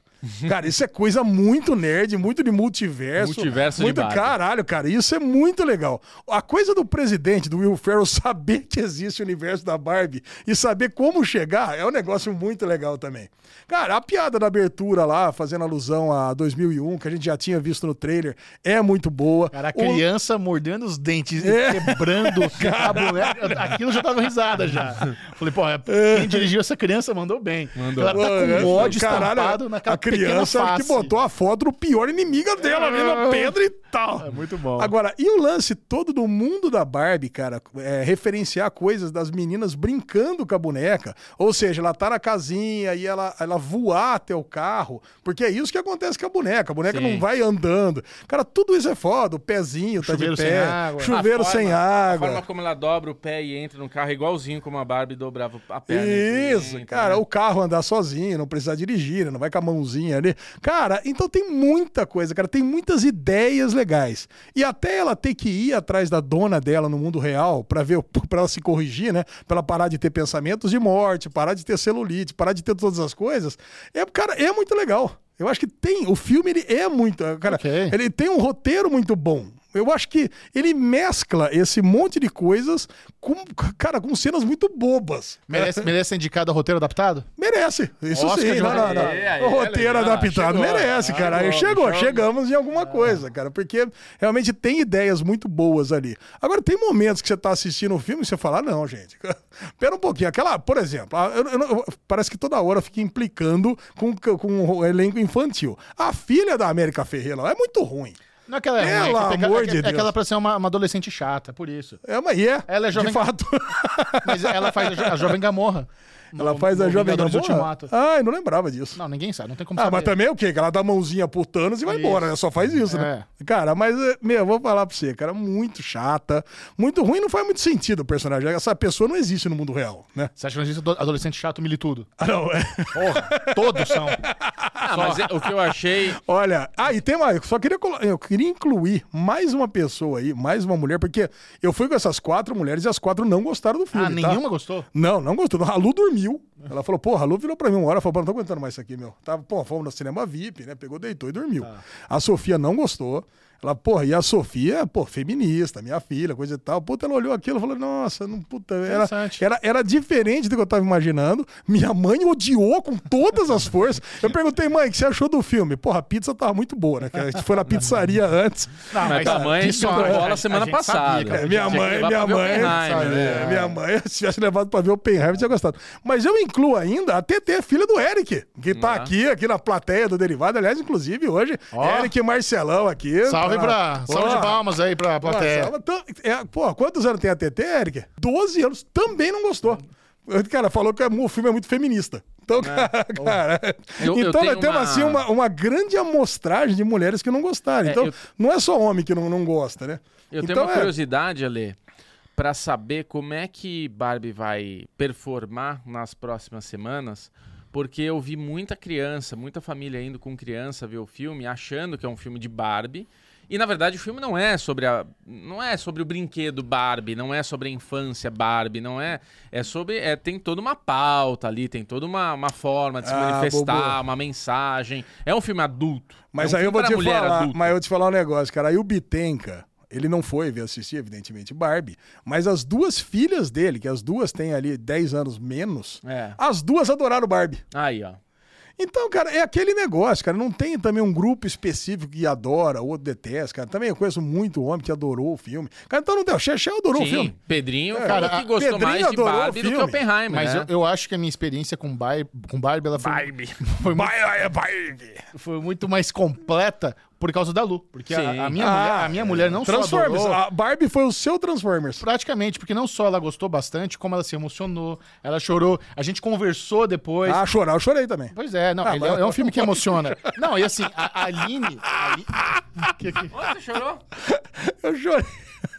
A: Cara, isso é coisa muito nerd, muito de multiverso.
C: Multiverso de
A: muito
C: Barbie.
A: Caralho, cara, isso é muito legal. A coisa do presidente, do Will Ferrell, saber que existe o universo da Barbie e saber como chegar é um negócio muito legal também. Cara, a piada da abertura abertura lá, fazendo alusão a 2001, que a gente já tinha visto no trailer, é muito boa.
B: Cara, a
A: O- É.
B: criança mordendo os dentes e quebrando a boneca. Aquilo eu já tava risada já. Falei, pô, é- quem dirigiu essa criança mandou bem. Mandou. Ela tá com ódio
A: é, Caralho,
B: estampado na
A: A criança
B: pequena face.
A: que botou a foto do pior inimigo dela ali na pedra e tal.
B: É muito bom.
A: Agora, e o lance todo do mundo da Barbie, cara, é, referenciar coisas das meninas brincando com a boneca. Ou seja, ela tá na casinha e ela, ela voar até o carro, porque é isso que acontece com a boneca. A boneca
C: Sim.
A: não vai andando. Cara, tudo isso é foda. O pezinho tá
B: Chuveiro
A: de
B: sem
A: pé,
B: água.
A: chuveiro
C: A forma-
A: sem
C: A forma
A: água.
C: como ela dobra o pé e entra no carro, é igualzinho como a Barbie dobrava a perna. e
A: Isso,
C: entra,
A: cara,
C: né?
A: o carro andar sozinho, não precisar dirigir, né? não vai com a mãozinha ali. Cara, então tem muita coisa, cara, tem muitas ideias legais. E até ela ter que ir atrás da dona dela no mundo real pra ver, para ela se corrigir, né? Pra ela parar de ter pensamentos de morte, parar de ter celulite, parar de ter todas as coisas. É, cara, é muito legal. Eu acho que tem, o filme ele é muito, cara,
B: Ok.
A: ele tem um roteiro muito bom. Eu acho que ele mescla esse monte de coisas com, cara, com cenas muito bobas.
B: Merece, merece ser indicado a roteiro adaptado?
A: Merece. Isso
B: Oscar
A: sim.
B: de
A: Não, não,
B: roteiro.
A: não.
C: Aí, aí,
A: o
C: é
A: roteiro
C: legal.
A: adaptado
C: Chegou.
A: merece,
C: Ah,
A: cara. Aí
C: chegou,
A: chegou,
C: chegou.
A: chegamos em
B: Ah.
A: alguma coisa, cara. Porque realmente tem ideias muito boas ali. Agora, tem momentos que você tá assistindo o filme e você fala, "Ah, não, gente. Pera um pouquinho. Aquela, por exemplo, a- eu- eu não- eu- parece que toda hora eu fico implicando com, com o elenco infantil. A filha da América Ferreira lá é muito ruim.
B: Não é aquela.
A: Pelo
B: é, que- é,
A: amor
B: que- é,
A: de
B: que- é
A: Deus.
B: aquela pra ser uma, uma adolescente chata, por isso.
A: É, mas e é.
B: Ela é jovem-
A: De fato.
B: Mas ela faz a, jo- a Jovem Gamorra.
A: Ela
B: No-
A: faz a
B: no
A: jovem
B: Vingadores
A: Gamorra.
B: Ultimato.
A: Ai, não lembrava disso.
B: Não, ninguém sabe, não tem como
A: Ah,
B: saber.
A: mas também é o quê? Que ela dá a mãozinha pro Thanos e vai embora, né? Só faz isso, né?
B: É.
A: Cara, mas, eh, meu, eu vou falar pra você, cara, muito chata, muito ruim, não faz muito sentido o personagem. Essa pessoa não existe no mundo real, né?
B: Você acha que não existe ado- adolescente chato militudo?
A: Ah, não, é.
B: Porra, todos são.
C: Ah, mas é- o que eu achei.
A: Olha, ah, e tem uma. Eu só queria, colo- eu queria incluir mais uma pessoa aí, mais uma mulher, porque eu fui com essas quatro mulheres e as quatro não gostaram do filme.
B: Ah,
A: tá?
B: nenhuma gostou?
A: Não, não gostou. A Lu dormiu. Ela falou, porra, a Lu virou pra mim uma hora e falou, pô, não tô aguentando mais isso aqui, meu. Tava, pô, fomos no cinema VIP, né? Pegou, deitou e dormiu. A Sofia não gostou. Ela, porra, e a Sofia, pô, feminista, minha filha, coisa e tal. Puta, ela olhou aquilo e falou, nossa, não, puta, era,
B: Interessante.
A: era, era diferente do que eu tava imaginando. Minha mãe odiou com todas as forças. Eu perguntei, mãe, o que você achou do filme? Porra, a pizza tava muito boa, né? Que a gente foi na pizzaria antes.
C: mas tua mãe
B: é
C: jogou bola semana passada.
A: É, minha
C: Tinha que
A: mãe,
C: levar
A: minha
C: pra ver
A: mãe,
C: Oppenheimer,
A: sabe,
C: né?
A: é, minha mãe, se tivesse levado pra ver o Oppenheimer, tinha gostado. Mas eu incluo ainda a TT, filha do Eric, que
C: Né?
A: tá aqui, aqui na plateia do Derivado, aliás, inclusive hoje, Eric Marcelão aqui.
B: Salve
A: Tá
B: pra.
A: na-
B: Salve de
A: Porra,
B: palmas aí pra
A: porra,
B: plateia.
A: salva- tão- é, Pô, quantos anos tem a TT, Eric? 12 anos, também não gostou. O cara falou que é mu- o filme é muito feminista. Então, cara.
C: Né? Eu- eu
A: então,
C: tenho
A: nós temos
C: uma-
A: assim uma, uma grande amostragem de mulheres que não gostaram.
C: É,
A: então,
C: eu-
A: não é só homem que não, não gosta, né?
C: Eu
A: então,
C: tenho uma
A: é-
C: curiosidade, Ale, pra saber como é que Barbie vai performar nas próximas semanas, porque eu vi muita criança, muita família indo com criança ver o filme, achando que é um filme de Barbie. E na verdade o filme não é sobre a não é sobre o brinquedo Barbie, não é sobre a infância Barbie, não é é sobre é tem toda uma pauta ali, tem toda uma, uma forma de se
A: Ah,
C: manifestar,
A: bobo.
C: uma mensagem. É um filme adulto.
A: Mas
C: é um
A: aí eu
C: filme
A: vou
C: pra
A: te
C: mulher
A: falar,
C: adulta.
A: mas eu vou te falar um negócio, cara. Aí o Bitenca, ele não foi ver assistir, evidentemente, Barbie, mas as duas filhas dele, que as duas têm ali 10 anos menos,
C: É.
A: as duas adoraram Barbie.
C: Aí, ó.
A: Então, cara, é aquele negócio, cara. Não tem também um grupo específico que adora, outro detesta, cara. Também eu conheço muito homem que adorou o filme. Cara, então não deu. Xexé adorou o
C: Sim,
A: filme.
C: Pedrinho,
A: É.
C: cara,
A: Cara,
C: que gostou
A: Pedrinho
C: mais de
A: adorou o
C: Barbie do que
A: filme.
C: Oppenheimer.
B: Mas
A: É.
C: né?
B: eu, eu acho que a minha experiência com Barbie, com Barbie ela foi, foi muito,
A: Vai, é vai, vai.
B: foi muito mais completa por causa da Lu. Porque
C: Sim.
B: a, a minha
A: Ah,
B: mulher, a minha mulher não só
A: Transformers. Ah.
B: adorou,
A: A Barbie foi o seu Transformers.
B: Praticamente, porque não só ela gostou bastante, como ela se emocionou, ela chorou, a gente conversou depois.
A: Ah, chorar, eu chorei também.
B: Pois é, não,
A: Ah,
B: ele é-
A: mas-
B: é um filme que emociona. Não, e assim, a a Aline. a Aline- que- que-
C: Ah, Você chorou?
A: Eu chorei.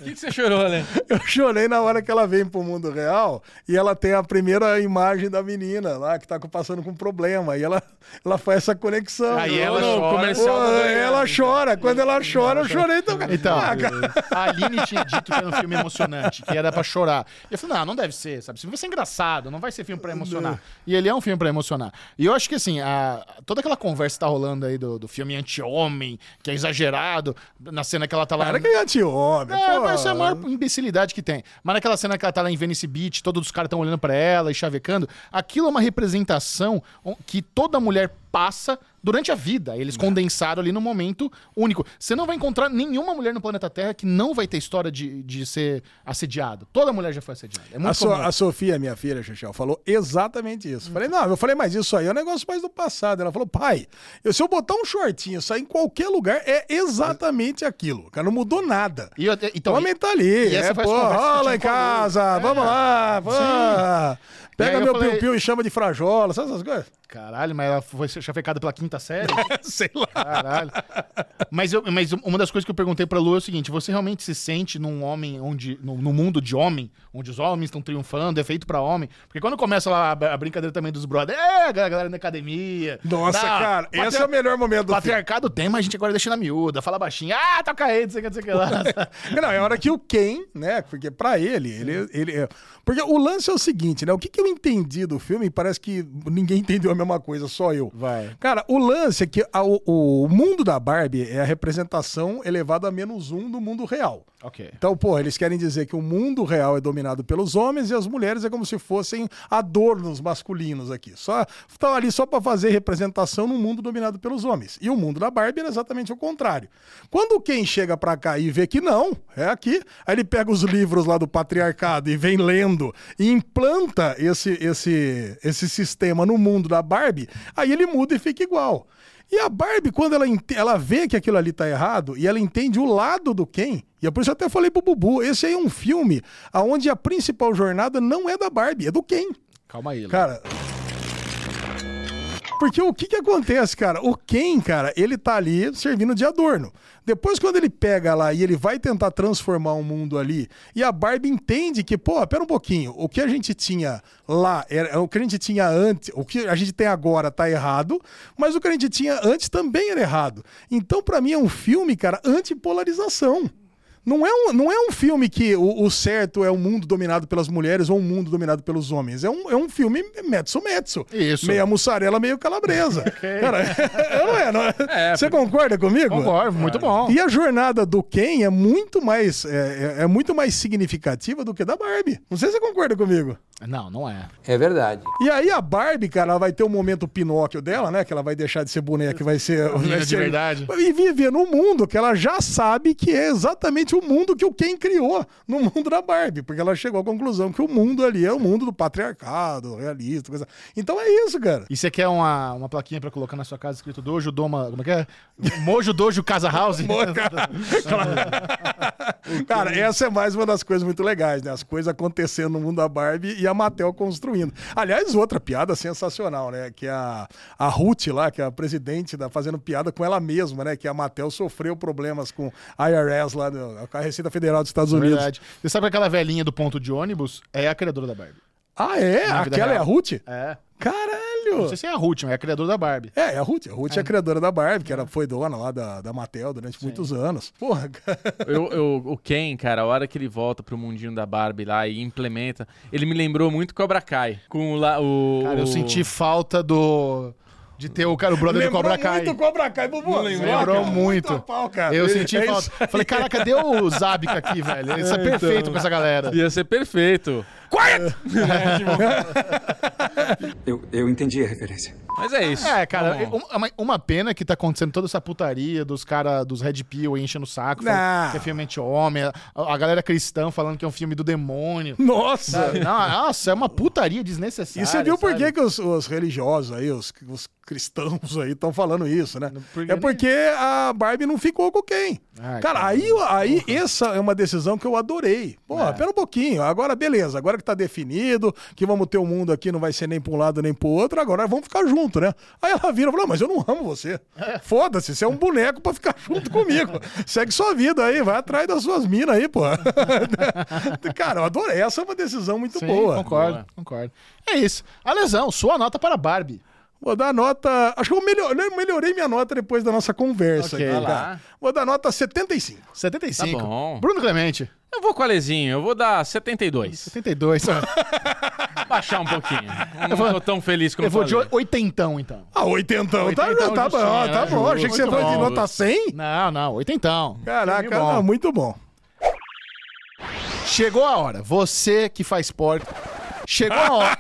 C: O que, que você chorou, Ale?
A: Eu chorei na hora que ela vem pro mundo real e ela tem a primeira imagem da menina lá que tá com- passando com problema. E ela, ela faz essa conexão.
B: Aí ela
A: Pô,
B: chora.
A: Pô, ela chora. Quando ela chora, eu chorei também.
B: Então,
A: Ah, cara.
B: a Aline tinha dito que era um filme emocionante, que era pra chorar. E eu falei, não, não deve ser, sabe? Esse filme vai ser engraçado, não vai ser filme pra emocionar. E ele é um filme pra emocionar. E eu acho que, assim, a- toda aquela conversa que tá rolando aí do, do filme anti-homem, que é exagerado, na cena que ela tá lá...
A: Cara, que anti-homem.
B: É,
A: pô.
B: mas essa é a maior imbecilidade que tem. Mas naquela cena que ela tá lá em Venice Beach, todos os caras estão olhando pra ela e chavecando, aquilo é uma representação on- que toda mulher passa durante a vida. Eles
A: Né.
B: condensaram ali num momento único. Você não vai encontrar nenhuma mulher no planeta Terra que não vai ter história de, de ser assediada. Toda mulher já foi assediada. É muito
A: A, So-
B: comum.
A: a Sofia, minha filha, Xixel, falou exatamente isso. Falei, não, eu falei, mas isso aí é um negócio mais do passado. Ela falou, pai, eu- se eu botar um shortinho, sair em qualquer lugar, é exatamente aquilo. Cara, não mudou nada.
B: E eu- então,
A: o homem tá ali.
B: e essa
A: é,
B: foi as
A: pô,
B: conversas que eu
A: ó, lá
B: tinha
A: em
B: com a Lu.
A: casa,
B: É.
A: vamos lá, vamos.
B: E aí
A: Pega
B: eu
A: meu
B: falei-
A: piu-piu e chama de frajola, sabe essas coisas?
B: Caralho, mas ela foi chafecada pela quinta série?
A: Sei lá.
B: Caralho. Mas, eu- mas uma das coisas que eu perguntei pra Lu é o seguinte: você realmente se sente num homem onde. no, no mundo de homem, onde os homens estão triunfando, é feito pra homem? Porque quando começa lá a, a brincadeira também dos brothers, é, a galera na academia.
A: Nossa,
B: dá-
A: cara,
B: patria-
A: esse é o melhor momento do filme.
B: Patriarcado tem, mas a gente agora deixa na miúda, fala baixinho, ah, toca aí, não sei o que, não sei o que lá.
A: Não, é a hora que o Ken, né? Porque pra ele, ele, ele é- Porque o lance é o seguinte, né? O que, que eu entendi do filme, e parece que ninguém entendeu a mesma coisa, só eu.
B: Vai.
A: Cara, o lance é que a- o, o mundo da Barbie é a representação elevada a menos um do mundo real.
B: ok.
A: Então, pô, eles querem dizer que o mundo real é dominado pelos homens e as mulheres é como se fossem adornos masculinos aqui. Só estão ali só para fazer representação num mundo dominado pelos homens. E o mundo da Barbie era exatamente o contrário. Quando quem chega para cá e vê que não, é aqui, aí ele pega os livros lá do patriarcado e vem lendo e implanta esse esse esse sistema no mundo da Barbie, aí ele muda e fica igual. E a Barbie, quando ela, ente- ela vê que aquilo ali tá errado e ela entende o lado do Ken, e é por isso que eu até falei pro Bubu, esse aí é um filme onde a principal jornada não é da Barbie, é do Ken.
B: Calma aí, Lu.
A: Cara. Porque o que que acontece, cara? O Ken, cara, ele tá ali servindo de adorno. Depois, quando ele pega lá e ele vai tentar transformar o mundo ali, e a Barbie entende que, pô, pera um pouquinho, o que a gente tinha lá, era, o que a gente tinha antes, o que a gente tem agora tá errado, mas o que a gente tinha antes também era errado. Então, pra mim, é um filme, cara, antipolarização. Não é, um, não é um filme que o, o certo é o mundo dominado pelas mulheres ou o mundo dominado pelos homens. É um, é um filme mezzo-mezzo.
B: Isso.
A: Meia É mussarela, meio calabresa. Cara, não é, não é?
C: É,
A: Você concorda comigo?
B: Concordo, muito bom.
A: E a jornada do Ken é muito mais é, é- é muito mais significativa do que a da Barbie. Não sei se você concorda comigo.
B: Não, não é.
A: E aí a Barbie, cara, ela vai ter o momento Pinóquio dela, né? Que ela vai deixar de ser boneca e vai ser... vai
B: de
A: ser-
B: verdade.
A: E viver num mundo que ela já sabe que é exatamente o mundo que o Ken criou no mundo da Barbie. Porque ela chegou à conclusão que o mundo ali é o mundo do patriarcado, realista, coisa... Então é isso, cara.
B: E você quer uma, uma plaquinha pra colocar na sua casa escrito Dojo Doma. Como é que é? Mojo Dojo Casa House?
A: Cara, essa é mais uma das coisas muito legais, né? As coisas acontecendo no mundo da Barbie e a Mattel construindo. Aliás, outra piada sensacional, né? Que a, a Ruth lá, que é a presidente, tá fazendo piada com ela mesma, né? Que a Mattel sofreu problemas com a IRS lá, do- com a Receita Federal dos Estados Unidos.
B: Verdade. Você sabe que aquela velhinha do ponto de ônibus? É a criadora da Barbie.
A: Ah, é?
B: Na vida
A: Aquela é a
B: real.
A: Ruth?
B: É.
A: Caralho!
B: Não sei se é a Ruth, mas é a criadora da Barbie.
A: É, é a Ruth. A Ruth é a criadora da Barbie, que era, foi dona lá da, da Mattel durante muitos anos. Porra, cara.
C: Eu, eu- o Ken, cara, a hora que ele volta pro mundinho da Barbie lá e implementa, ele me lembrou muito Cobra Kai. Com o. la- o
B: Cara, eu
C: o-
B: senti falta do. De ter o cara, o brother
A: Lembrou
B: do Cobra Kai.
A: muito Cobra Kai, Bubu.
B: Lembrou muito.
A: a pau, cara.
B: Eu senti
A: É isso.
B: falta. Falei, cara, cadê o Zabica aqui, velho?
A: então.
B: Isso é perfeito com essa galera.
A: é
C: Ia ser perfeito.
B: É.
G: Eu, eu entendi a referência.
C: Mas é isso.
B: É, cara,
C: Tá bom.
B: um- uma, uma pena que tá acontecendo toda essa putaria dos caras, dos Red Pill aí enchendo o saco, falando
A: Não.
B: que é filme anti-homem, a, a galera cristã falando que é um filme do demônio.
A: Nossa!
B: Não, nossa, é uma putaria desnecessária.
A: E você viu por
B: sabe?
A: que, que os, os religiosos aí, os, os cristãos aí, estão falando isso, né?
B: porque
A: é porque a Barbie não ficou com quem.
B: Ai,
A: cara,
B: Ah, cara.
A: aí, aí essa é uma decisão que eu adorei.
B: É.
A: Porra, pera um pouquinho. Agora, beleza. Agora que tá definido, que vamos ter o mundo aqui, não vai ser nem pra um lado nem pro outro, agora vamos ficar junto, né? Aí ela vira e fala, "Ah, mas eu não amo você. Foda-se, você é um boneco pra ficar junto comigo. Segue sua vida aí, vai atrás das suas minas aí, porra. cara, eu adorei. Essa é uma decisão muito
B: Sim,
A: boa.
B: Concordo,
C: Boa.
B: concordo. É isso. A lesão, sua nota para Barbie.
C: Tá
A: Vou dar nota. Acho que eu melhor- eu melhorei minha nota depois da nossa conversa.
B: Ok.
A: aqui,
C: Vai
A: cara.
C: lá.
A: Vou dar nota 75.
B: 75.
C: Tá bom.
B: Bruno Clemente,
C: Eu vou com o Alezinho, eu vou dar 72.
B: 72.
C: Baixar um pouquinho. Eu não tô tão feliz como
B: Eu vou de
C: falei.
B: oitentão, então.
A: Ah, oitentão.
B: Oitentão
A: tá tá
B: justinho,
A: bom,
B: né?
A: tá bom. Achei que você
B: Muito
A: foi de
B: bom.
A: nota 100.
B: Não, não, oitentão.
A: Caraca,
B: Filme bom.
A: não, muito bom.
B: Chegou a hora. Você que faz porta. Chegou a hora.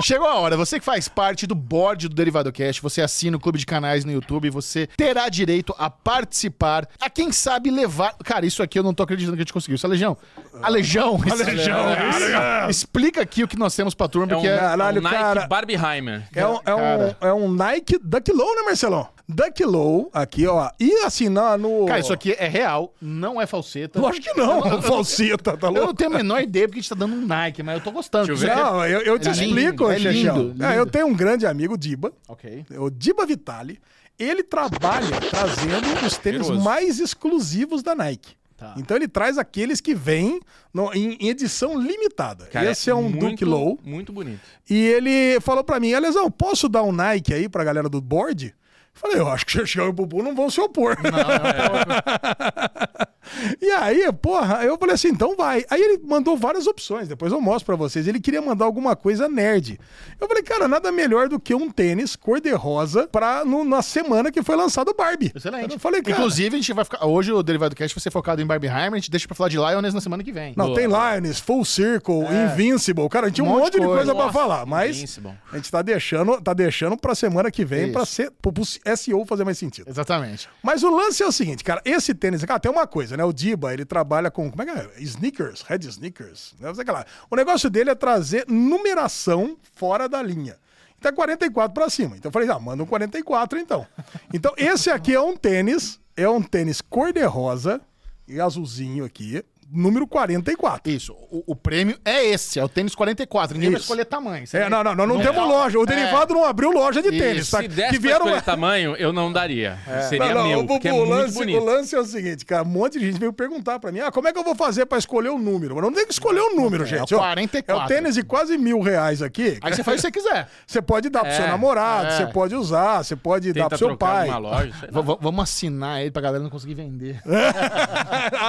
B: Chegou a hora. Você que faz parte do board do Derivado Cast, você assina o clube de canais no YouTube, você terá direito a participar, a quem sabe levar. Cara, isso aqui eu não tô acreditando que a gente conseguiu. Isso é Legião.
C: Ah.
B: A Legião. A
A: Legião, cara.
B: Explica aqui o que nós temos pra turma,
C: É um,
B: porque é.
A: Caralho,
C: um Nike
A: cara.
C: Barbieheimer.
A: É um, é,
B: Cara.
A: um, é um Nike Duck Low, né, Marcelão? Duck Low, aqui, ó. E assim, na- no.
B: Cara, isso aqui é real, não é falseta.
A: Lógico que não, falseta, tá
B: Eu não
A: louco?
B: tenho a menor ideia porque a gente tá dando um Nike, mas eu tô gostando.
C: Deixa eu ver.
A: Não, eu, eu te
B: É lindo,
A: explico,
B: é
A: Xexão.
B: lindo,
A: É, eu
B: lindo.
A: tenho um grande amigo, Diba,
B: Ok.
A: É o Diba Vitale. Ele trabalha trazendo os tênis
C: Cheiroso.
A: mais exclusivos da Nike.
B: Tá.
A: Então ele traz aqueles que vêm no- em, em edição limitada.
C: Cara,
A: Esse é um
C: muito,
A: Duke Low.
C: Muito bonito.
A: E ele falou pra mim, Alesão, posso dar um Nike aí pra galera do board? Eu Falei, eu acho que Xexão e Bubu não vão se opor. e aí, porra, eu falei assim, então vai. Aí ele mandou várias opções, depois eu mostro pra vocês. Ele queria mandar alguma coisa nerd. Eu falei, cara, nada melhor do que um tênis cor-de-rosa pra, no- na semana que foi lançado o Barbie.
B: Excelente.
A: Eu falei, cara,
B: Inclusive, a gente vai ficar. Hoje o Derivado Cast vai ser focado em Barbie Heimer, a gente deixa pra falar de Lioness na semana que vem.
A: Não, tem Lions, Full Circle, Invincible. Cara, tinha É. um monte, de coisa, pra falar, mas
C: Invincible.
A: a gente tá deixando, tá deixando pra semana que vem pra ser pro, pro SEO fazer mais sentido.
B: Exatamente.
A: Mas o lance é o seguinte, cara, esse tênis, cara, tem uma coisa, né? O Diba, ele trabalha com, como é que é? Sneakers, Red Sneakers, né? Não sei o que lá. O negócio dele é trazer numeração fora da linha. Então é 44 pra cima. Então eu falei, ah, manda um 44 então. Então esse aqui é um tênis, é um tênis cor-de-rosa e azulzinho aqui, número 44.
B: Isso. O, o prêmio é esse, é o tênis 44. Ninguém vai
A: Isso.
B: escolher tamanho. você
A: É,
B: vai-
A: não, não, nós não, temos
B: é.
A: loja. O
B: É.
A: Derivado não abriu loja de
B: Isso.
A: tênis, tá?
C: Se desse
A: Que vieram...
C: pra escolher tamanho, eu não daria. Seria
A: Não, não,
C: meu,
A: o,
C: porque é
A: o
C: muito
A: lance,
C: bonito.
A: o lance é o seguinte, cara. Um monte de gente veio perguntar pra mim: ah, como é que eu vou fazer pra escolher o número? Mas não tem que escolher o número,
B: É,
A: gente.
B: é o
A: ó.
B: 44.
A: É o tênis de quase mil reais aqui.
B: Aí você faz o que você quiser.
A: Você pode dar pro seu
C: É,
A: namorado,
B: é.
A: você pode usar, você pode dar pro
C: Tenta
A: seu
C: trocar
A: pai.
C: numa loja, sei lá.
B: V- v- vamos assinar ele pra galera não conseguir vender.
A: A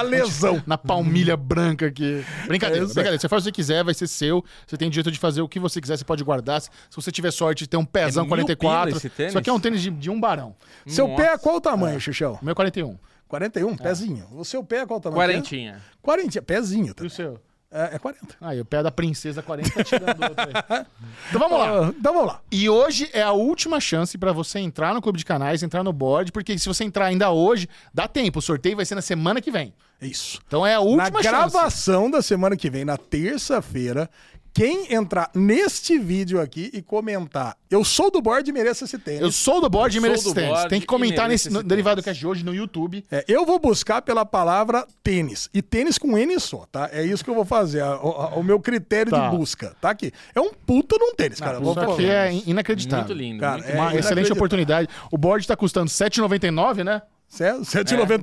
A: lesão.
B: Na palmilha branca aqui. Brincadeira,
A: Isso.
B: brincadeira. Você faz o que você quiser, vai ser seu. Você tem direito de fazer o que você quiser, você pode guardar. Se se você tiver sorte de ter um pezão
C: mil
B: 44.
C: pila esse tênis?
B: Isso aqui é um tênis de, de um barão.
A: Seu
C: Nossa.
A: pé é qual o tamanho, Xixão?
B: O meu é 41.
A: 41, pezinho. O seu pé é qual o tamanho?
C: Quarentinha.
A: Quarentinha, pezinho. Tá?
B: E o seu?
A: É, é 40.
B: Aí, o pé da princesa 40 tá tirando outro aí. Então vamos lá.
A: Ah, então vamos lá.
B: E hoje é a última chance pra você entrar no clube de canais, entrar no board, porque se você entrar ainda hoje, dá tempo. O sorteio vai ser na semana que vem.
A: Isso.
B: Então é a última
A: na
B: chance.
A: gravação da semana que vem, na terça-feira, quem entrar neste vídeo aqui e comentar, eu sou do board e mereço esse tênis.
B: Eu sou do board e
C: Sou
B: mereço
C: do
B: esse tênis.
C: board
B: Tem que
C: e
B: comentar
C: mereço
B: nesse no,
C: esse
B: derivado
C: tênis.
B: cast de hoje no YouTube.
A: É, eu vou buscar pela palavra tênis. E tênis com N só, tá? É isso que eu vou fazer. a- o, a- o meu critério
B: Tá.
A: de busca, tá aqui. É um puta num tênis, cara. Eu vou
B: Isso aqui
A: falar.
B: é in- inacreditável.
C: Muito lindo.
A: Cara,
C: muito
A: é-
B: Uma excelente
A: inacreditável.
B: oportunidade. O board tá custando 7,99, né?
A: Cé- 7,99 é, um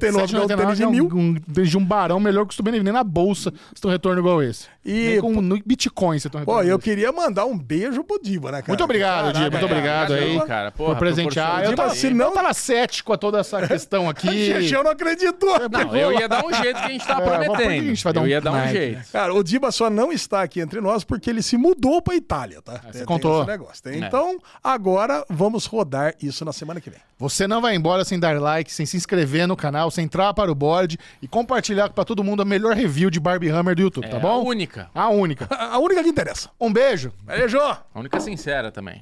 A: tênis de
B: é um-
A: mil.
B: um tênis de um barão melhor que o benefício. Nem na bolsa você tem um retorno igual esse.
A: E-
B: Nem com no Bitcoin você tem um
A: Pô,
B: retorno.
A: eu
B: desse.
A: queria mandar um beijo pro Diba, né, cara?
B: Muito obrigado, Diego. Muito obrigado aí.
C: Obrigadão, cara. Porra,
B: por presentear.
C: proporção
B: Eu
A: de
B: tava,
A: valor.
B: eu tava cético a toda essa questão aqui.
A: Xexão não acreditou.
C: Não, eu ia dar um jeito que a gente tava
B: É, mas por que
C: prometendo.
B: a gente vai dar
C: eu
B: um
C: ia dar um
B: Nike?
C: jeito.
A: Cara, o Diba só não está aqui entre nós porque ele se mudou para Itália, tá? Tem- tem
B: contou.
A: esse negócio, tem? Então, agora vamos rodar isso na semana que vem.
B: Você não vai embora sem dar like, sem se inscrever no canal, sem entrar para o board e compartilhar pra todo mundo a melhor review de Barbie Hammer do YouTube, tá
C: É,
B: bom?
C: A única.
B: A única.
A: A a única que interessa.
B: Um beijo.
A: Beijo!
C: A única sincera também.